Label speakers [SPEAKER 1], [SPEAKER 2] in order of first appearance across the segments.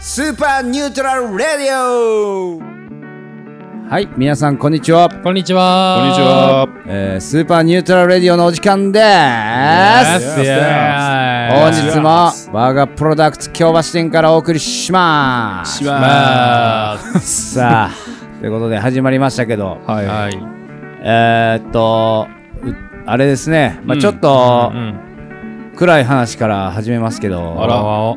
[SPEAKER 1] スーパーニュートラルレディオはい、皆さんこんにちは。
[SPEAKER 2] こんにちは。
[SPEAKER 3] こんにちは。
[SPEAKER 1] えー、スーパーニュートラルレディオのお時間でーす。
[SPEAKER 3] Yes, yes.
[SPEAKER 1] 本日もバーガープロダクツ京橋店からお送りします。
[SPEAKER 3] しまーす。
[SPEAKER 1] さあ、ということで始まりましたけど、
[SPEAKER 3] はい。
[SPEAKER 2] はい。
[SPEAKER 1] えー、っと、うあれですね、まあ、
[SPEAKER 2] うん
[SPEAKER 1] ちょっと
[SPEAKER 2] うん。
[SPEAKER 1] 暗い話から始めますけど、
[SPEAKER 3] あら
[SPEAKER 2] あ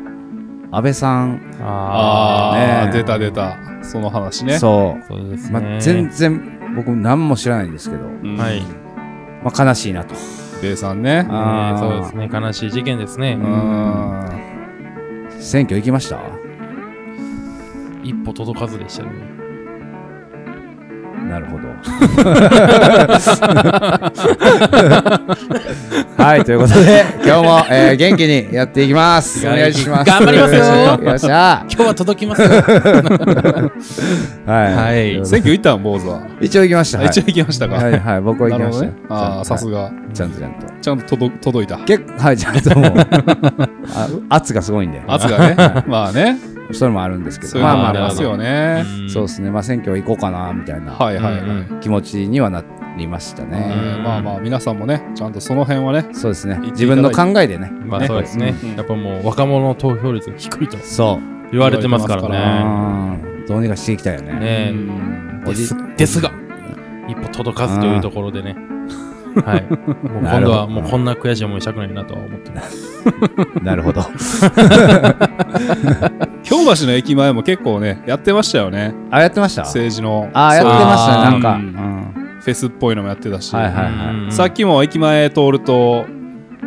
[SPEAKER 1] 安倍さん、
[SPEAKER 3] あ
[SPEAKER 1] ね
[SPEAKER 3] ー、出た出た。その話ね。
[SPEAKER 1] そ
[SPEAKER 2] そうです
[SPEAKER 1] う、
[SPEAKER 2] ね。
[SPEAKER 1] まあ、全然僕何も知らないんですけど、
[SPEAKER 3] うん
[SPEAKER 2] はい。
[SPEAKER 1] まあ、悲しいなと。
[SPEAKER 3] ベイさんね。
[SPEAKER 1] あ
[SPEAKER 2] ね
[SPEAKER 1] ー
[SPEAKER 2] そうですね。悲しい事件ですね
[SPEAKER 3] う。ん。
[SPEAKER 1] 選挙行きました
[SPEAKER 2] 一歩届かずでしたね。
[SPEAKER 1] なるほ ど。はい、ということで、今日も、えー元気にやっていきます。お願いします。
[SPEAKER 2] 頑張りますよ
[SPEAKER 1] よっしゃ
[SPEAKER 2] 今日は届きますよ。
[SPEAKER 1] はい。
[SPEAKER 2] はい。
[SPEAKER 3] 選挙行ったん、坊主は。
[SPEAKER 1] 一応行きました。はい
[SPEAKER 3] 一応行きましたか。
[SPEAKER 1] はい、はい、僕は行
[SPEAKER 3] な
[SPEAKER 1] きまし
[SPEAKER 3] るほど
[SPEAKER 1] た
[SPEAKER 3] ね
[SPEAKER 1] よ。。
[SPEAKER 3] ああ、さす
[SPEAKER 1] が。
[SPEAKER 3] が。
[SPEAKER 1] ちゃんとちゃんと。
[SPEAKER 3] ちゃんと届届 いた。
[SPEAKER 1] 結構、はい、ちゃん ともう、あ圧がすごいんで、
[SPEAKER 3] 圧がね。ま あね。
[SPEAKER 1] それもあるんですけ
[SPEAKER 3] そ
[SPEAKER 1] ど、
[SPEAKER 3] ういう
[SPEAKER 1] ま
[SPEAKER 3] の
[SPEAKER 1] あま
[SPEAKER 3] も
[SPEAKER 1] あまあ
[SPEAKER 3] ありま
[SPEAKER 1] ますあ、
[SPEAKER 3] よね。
[SPEAKER 1] そう
[SPEAKER 2] う
[SPEAKER 1] ですね、まあ選挙行こうかな、みたいな
[SPEAKER 3] はいはいはい。
[SPEAKER 2] うんう
[SPEAKER 3] うん
[SPEAKER 2] ん
[SPEAKER 1] 気持ちにはなりましたね。
[SPEAKER 2] うん
[SPEAKER 3] まあまあ、皆さんもね、ちゃんとその辺はね。
[SPEAKER 1] そうですね、
[SPEAKER 3] 行って
[SPEAKER 1] 自
[SPEAKER 3] いた
[SPEAKER 1] 分
[SPEAKER 3] だ
[SPEAKER 1] の
[SPEAKER 3] いて
[SPEAKER 1] 考えでね。
[SPEAKER 2] ん。まあそうですね
[SPEAKER 3] う。ん
[SPEAKER 2] やっぱもう若者の投票率が低いと
[SPEAKER 1] そう。
[SPEAKER 2] 言われてますか
[SPEAKER 3] 言
[SPEAKER 2] らね。
[SPEAKER 1] うんどうにかしていきたいよね。
[SPEAKER 3] う
[SPEAKER 2] ね
[SPEAKER 3] ん
[SPEAKER 1] お
[SPEAKER 2] で
[SPEAKER 1] じ
[SPEAKER 2] すです が、一歩届かずというところでね。はい。もう今度はもうこんな悔しい思いしたくないなとは思ってます。
[SPEAKER 1] なるほど。
[SPEAKER 3] 京橋の駅前も結構ね、やってましたよね。
[SPEAKER 1] あ、やってました
[SPEAKER 3] 政治の。
[SPEAKER 1] あー、やってましたね、なんか。
[SPEAKER 3] う
[SPEAKER 1] うんん
[SPEAKER 3] フェスっぽいのもやってたし。
[SPEAKER 1] はいはい
[SPEAKER 2] うん
[SPEAKER 3] さっきも駅前通ると、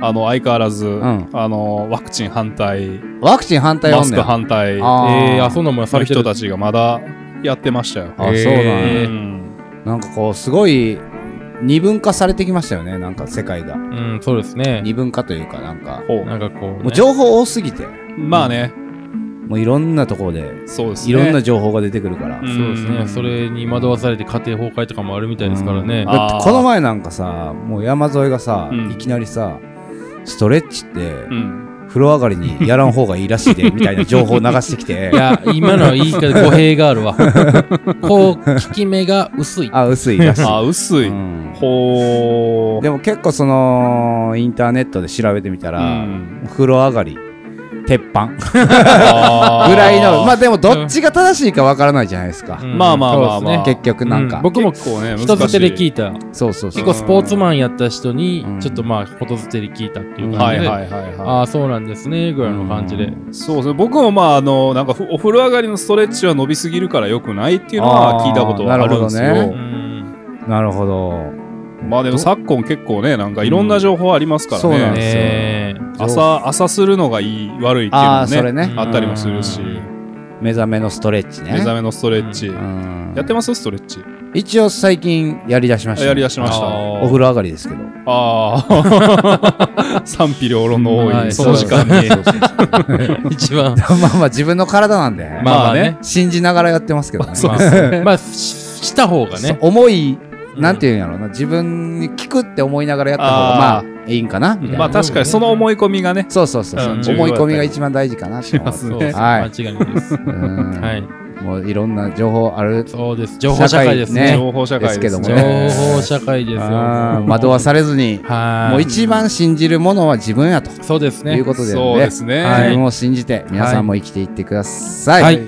[SPEAKER 3] あの相変わらず、
[SPEAKER 1] ん
[SPEAKER 3] あのワクチン反対、
[SPEAKER 1] ワクチン反対
[SPEAKER 3] マ
[SPEAKER 1] は
[SPEAKER 3] ス
[SPEAKER 1] ね
[SPEAKER 3] ク反対
[SPEAKER 1] あ
[SPEAKER 3] の
[SPEAKER 2] えー、あ、そんなもんやされて
[SPEAKER 3] 人
[SPEAKER 2] る。
[SPEAKER 3] たちがまだやってましたよ。
[SPEAKER 1] あ、そうなん
[SPEAKER 2] え
[SPEAKER 1] や
[SPEAKER 2] ー
[SPEAKER 3] うん
[SPEAKER 1] なんかこう、すごい二分化されてきましたよね、なんか世界が。
[SPEAKER 2] うん、そうですね。
[SPEAKER 1] 二分化というか、なんか。
[SPEAKER 3] ほう
[SPEAKER 2] なんかこうね、
[SPEAKER 1] もう情報多すぎて、
[SPEAKER 3] まあね、
[SPEAKER 1] もういろんなところで、
[SPEAKER 3] そうですね。
[SPEAKER 1] いろんな情報が出てくるから。
[SPEAKER 3] うん
[SPEAKER 2] そうですね、それに惑わされて家庭崩壊とかもあるみたいですからね
[SPEAKER 1] うん。
[SPEAKER 3] あ
[SPEAKER 1] だってこの前なんかさ、もう山沿いがさ、
[SPEAKER 3] うん
[SPEAKER 1] いきなりさ、ストレッチって、
[SPEAKER 3] うん
[SPEAKER 1] 風呂上がりにやらん方がいいらしいで、みたいな情報を流してきて
[SPEAKER 2] い、や、今の言い方、語弊があ るわ。こう、聞き目が薄い。
[SPEAKER 1] あ、薄いらしい。
[SPEAKER 3] あ、薄い。
[SPEAKER 1] うん
[SPEAKER 3] ほう。
[SPEAKER 1] でも結構そのインターネットで調べてみた
[SPEAKER 3] う
[SPEAKER 1] ら、
[SPEAKER 3] ん
[SPEAKER 1] 風呂上がり鉄板
[SPEAKER 3] あー
[SPEAKER 1] ぐらいのまあでもどっちが正しいかわからないじゃないですか、
[SPEAKER 2] うん
[SPEAKER 3] まあまあまあまあ
[SPEAKER 2] そうですね
[SPEAKER 1] 結局なんか、
[SPEAKER 2] うん僕も
[SPEAKER 3] 結構ね、
[SPEAKER 2] 人づてで聞
[SPEAKER 3] い
[SPEAKER 2] いた。
[SPEAKER 1] そうそうそ
[SPEAKER 2] 結
[SPEAKER 1] う
[SPEAKER 2] 構スポーツマンやった人に
[SPEAKER 1] うん、
[SPEAKER 2] ちょっとまあ、ことづてで聞いたっていう
[SPEAKER 3] は
[SPEAKER 2] 感
[SPEAKER 3] い
[SPEAKER 2] じで、
[SPEAKER 3] はいはいは
[SPEAKER 2] ああ、そうなんですね、ぐらいの感じで。
[SPEAKER 3] い。そうですね、僕もまあ、あの、なんかふ、お風呂上がりのストレッチは伸びすぎるから良くないっていうのは聞いたことはあるんです
[SPEAKER 1] あーなるほど
[SPEAKER 3] よ
[SPEAKER 1] ね
[SPEAKER 2] う。ん
[SPEAKER 1] なるほど
[SPEAKER 3] まあでも昨今結構ねなんかいろんな情報ありますからね,、
[SPEAKER 1] そうなんですよ
[SPEAKER 2] ねえ
[SPEAKER 3] 朝朝するのがいい悪いっていうの
[SPEAKER 1] あ
[SPEAKER 3] も
[SPEAKER 1] あそれ
[SPEAKER 3] ね
[SPEAKER 1] ね
[SPEAKER 3] あったりもするし、
[SPEAKER 2] うん
[SPEAKER 1] 目覚めのストレッチね
[SPEAKER 3] 目覚めのストレッチ、
[SPEAKER 1] うん
[SPEAKER 3] やってますストレッチ
[SPEAKER 1] 一応最近やりだしました、
[SPEAKER 3] やりだしました
[SPEAKER 2] あー
[SPEAKER 1] お風呂上がりですけど
[SPEAKER 3] ああ 賛否両論の多い、
[SPEAKER 2] はい
[SPEAKER 3] その時間に
[SPEAKER 1] そうそうそう
[SPEAKER 2] 一番。
[SPEAKER 1] まあまあ自分の体なんで、
[SPEAKER 3] まあ
[SPEAKER 1] 信じながらやってますけどね
[SPEAKER 3] そう
[SPEAKER 2] まあまあ、しした方が
[SPEAKER 1] そう
[SPEAKER 2] ね。
[SPEAKER 1] 重いなんていうんやろうな自分に聞くって思いながらやった方
[SPEAKER 3] あ
[SPEAKER 1] がまあいいんかなみたいな、
[SPEAKER 3] まあ確かにその思い込みがね
[SPEAKER 1] そうそうそうそう、
[SPEAKER 2] うん
[SPEAKER 1] 思い込みが一番大事かなって思う
[SPEAKER 3] し
[SPEAKER 2] そうですね。
[SPEAKER 1] はい
[SPEAKER 2] 間違いないです。
[SPEAKER 1] うん
[SPEAKER 2] はい。
[SPEAKER 1] もういろんな情報ある
[SPEAKER 2] そうです。情報社会ですね。
[SPEAKER 3] 情報社会です
[SPEAKER 1] ですけ
[SPEAKER 2] 情
[SPEAKER 1] どもね
[SPEAKER 2] 報社会ですよ。
[SPEAKER 1] あー惑わ
[SPEAKER 2] す。
[SPEAKER 1] されずに
[SPEAKER 2] はい。
[SPEAKER 1] もう一番信じるものは自分やと
[SPEAKER 2] そうです
[SPEAKER 1] い
[SPEAKER 2] ね
[SPEAKER 1] う。ことで,、ね
[SPEAKER 3] そうですね、
[SPEAKER 2] はい
[SPEAKER 1] 自分を信じて皆さんも生きていってください、
[SPEAKER 2] はい。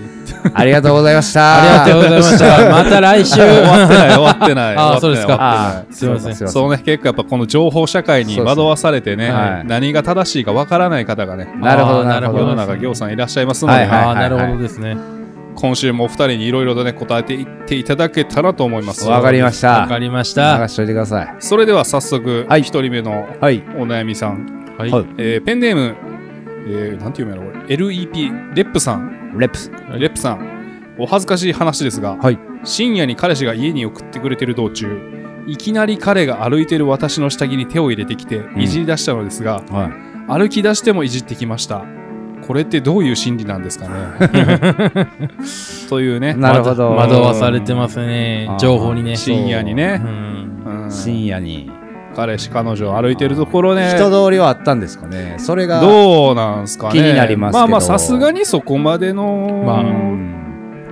[SPEAKER 1] ありがとうございました
[SPEAKER 2] ありがとうございました。ま た来週。
[SPEAKER 3] 終わってない終わってない
[SPEAKER 2] あーそうですか
[SPEAKER 3] 終わってな
[SPEAKER 1] あ
[SPEAKER 3] い
[SPEAKER 1] ー
[SPEAKER 2] すいません
[SPEAKER 1] そうかそうか
[SPEAKER 3] そうね結構やっぱこの情報社会に惑わされてね、
[SPEAKER 1] そうそうはい
[SPEAKER 3] 何が正しいかわからない方がね
[SPEAKER 1] なるほど
[SPEAKER 2] あー
[SPEAKER 1] なるほ
[SPEAKER 3] 世
[SPEAKER 1] ど
[SPEAKER 3] の
[SPEAKER 2] なる
[SPEAKER 3] 中ぎょうさんいらっしゃいますので、
[SPEAKER 1] はいはい
[SPEAKER 2] ああ、なるほどですね。
[SPEAKER 3] 今週もお二人にいろいろとね答えていっていただけたらと思います
[SPEAKER 1] わかりまし
[SPEAKER 2] わ
[SPEAKER 1] た
[SPEAKER 2] かりまし
[SPEAKER 1] 流
[SPEAKER 2] た。
[SPEAKER 1] しといてください
[SPEAKER 3] それでは早速
[SPEAKER 1] はい
[SPEAKER 3] 一人目の
[SPEAKER 1] はい
[SPEAKER 3] お悩みさん、
[SPEAKER 2] はい。
[SPEAKER 1] はい
[SPEAKER 3] えーペンネーム、えーなんていうのやろこれ LEP レップさん
[SPEAKER 1] レップス
[SPEAKER 3] レップさんお恥ずかしい話ですが、
[SPEAKER 1] はい
[SPEAKER 3] 深夜に彼氏が家に送ってくれてる道中いきなり彼が歩いてる私の下着に手を入れてきて
[SPEAKER 1] ん
[SPEAKER 3] いじり出したのですが、
[SPEAKER 1] はい
[SPEAKER 3] 歩き出してもいじってきましたこれってどういう心理なんですかね というね
[SPEAKER 1] なるほど
[SPEAKER 2] ま惑わされてますね
[SPEAKER 1] あー。
[SPEAKER 2] 情報にね。
[SPEAKER 3] 深夜に
[SPEAKER 2] う
[SPEAKER 3] ね、
[SPEAKER 2] ん。
[SPEAKER 3] うん
[SPEAKER 1] 深夜に
[SPEAKER 3] 彼氏彼女歩いてるところね
[SPEAKER 1] 人通りはあったんですかねそれが
[SPEAKER 3] どうなんすかね
[SPEAKER 1] 気になりますけど
[SPEAKER 3] あまあさすがにそこまでの、
[SPEAKER 2] まあ
[SPEAKER 1] うん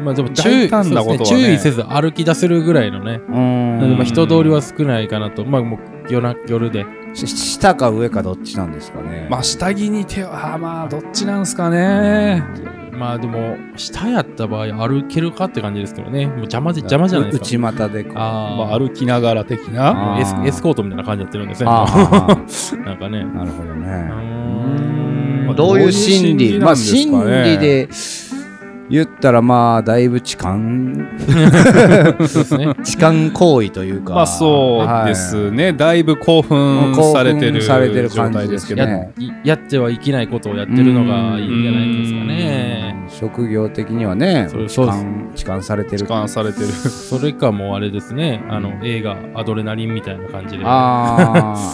[SPEAKER 2] まあでも注
[SPEAKER 3] 大
[SPEAKER 2] 意
[SPEAKER 3] 胆な
[SPEAKER 2] そうですね
[SPEAKER 3] ことはね
[SPEAKER 2] 注意せず歩き出せるぐらいのね、
[SPEAKER 1] うん
[SPEAKER 2] まあ人通りは少ないかなと、まあ、もう夜な夜で、
[SPEAKER 1] し下か上かどっちなんですかね
[SPEAKER 3] まあ下着に手はあまあどっちなんすかね
[SPEAKER 2] まあでも、下やった場合、歩けるかって感じですけどね、もう邪魔じ邪魔じゃないですか。
[SPEAKER 1] 内股でこう
[SPEAKER 2] あー
[SPEAKER 3] まあ歩きながら的な
[SPEAKER 1] あ
[SPEAKER 2] エスエスコートみたいな感じやってるんですね。
[SPEAKER 1] あー
[SPEAKER 2] なんかね。
[SPEAKER 1] なるほど
[SPEAKER 2] う
[SPEAKER 1] ね
[SPEAKER 2] ーん
[SPEAKER 1] どういう心理
[SPEAKER 3] どういう心理
[SPEAKER 1] ま
[SPEAKER 3] なん
[SPEAKER 1] あ
[SPEAKER 3] ですかね
[SPEAKER 1] 心理で言ったらまあだいぶ痴漢
[SPEAKER 2] そうですね。
[SPEAKER 1] 痴漢行為というか
[SPEAKER 3] まあそうですね、だいぶ興奮されて
[SPEAKER 1] 興奮
[SPEAKER 3] る
[SPEAKER 1] されてる
[SPEAKER 3] 状
[SPEAKER 1] 感じ
[SPEAKER 3] 態
[SPEAKER 1] で
[SPEAKER 3] ですす
[SPEAKER 1] け
[SPEAKER 3] け
[SPEAKER 1] ど
[SPEAKER 3] ど
[SPEAKER 1] ね
[SPEAKER 2] やいやってはいけないことをやってるのがいいんじゃないですかね。
[SPEAKER 1] うん職業的にはね痴
[SPEAKER 2] それそうです
[SPEAKER 1] 漢痴漢されて
[SPEAKER 3] 痴
[SPEAKER 1] る
[SPEAKER 3] 漢されてる
[SPEAKER 2] それかもうあれですね、あの映画「アドレナリン」みたいな感じで。
[SPEAKER 1] あ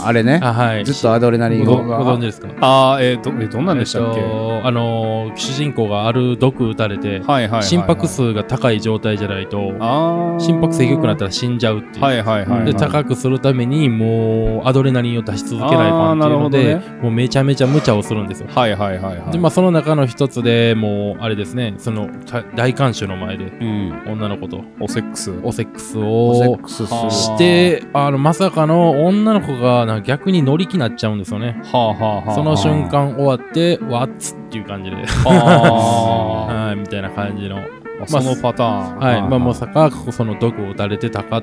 [SPEAKER 1] ああれね
[SPEAKER 2] あはい。
[SPEAKER 1] ずっとアドレナリン
[SPEAKER 2] ごご
[SPEAKER 1] が
[SPEAKER 2] 存知ですか
[SPEAKER 3] ああえっ、とえどんなんでしたっけ、
[SPEAKER 2] えっとあのー主人公がある毒打たれて、
[SPEAKER 3] はいはいはいはい
[SPEAKER 2] 心拍数が高い状態じゃないと、
[SPEAKER 3] あー
[SPEAKER 2] 心拍数低くなったら死んじゃうっていう。
[SPEAKER 3] はいはいはい、はい、
[SPEAKER 2] で高くするためにもうアドレナリンを出し続けないファンっていうので、
[SPEAKER 3] あーなるほ
[SPEAKER 2] もうめちゃめちゃ無茶をするんですよ。
[SPEAKER 3] はいはいはいはい
[SPEAKER 2] でまあその中の一つでもうあれですねそのた大観衆の前で
[SPEAKER 1] うん
[SPEAKER 2] 女の子と
[SPEAKER 3] おセックス
[SPEAKER 2] おセックス
[SPEAKER 1] セ
[SPEAKER 2] を
[SPEAKER 1] ックスす
[SPEAKER 3] あ
[SPEAKER 1] る
[SPEAKER 3] ー
[SPEAKER 2] してあのまさかの女の子がなんか逆に乗り気になっちゃうんですよね。
[SPEAKER 3] はあはあはあ
[SPEAKER 2] その瞬間終わってわっつっていう感じで
[SPEAKER 3] あ
[SPEAKER 2] はいみたいな感じの
[SPEAKER 3] ーそのパターン、
[SPEAKER 2] はい
[SPEAKER 1] あー
[SPEAKER 2] まあまさかその毒を打たれてたか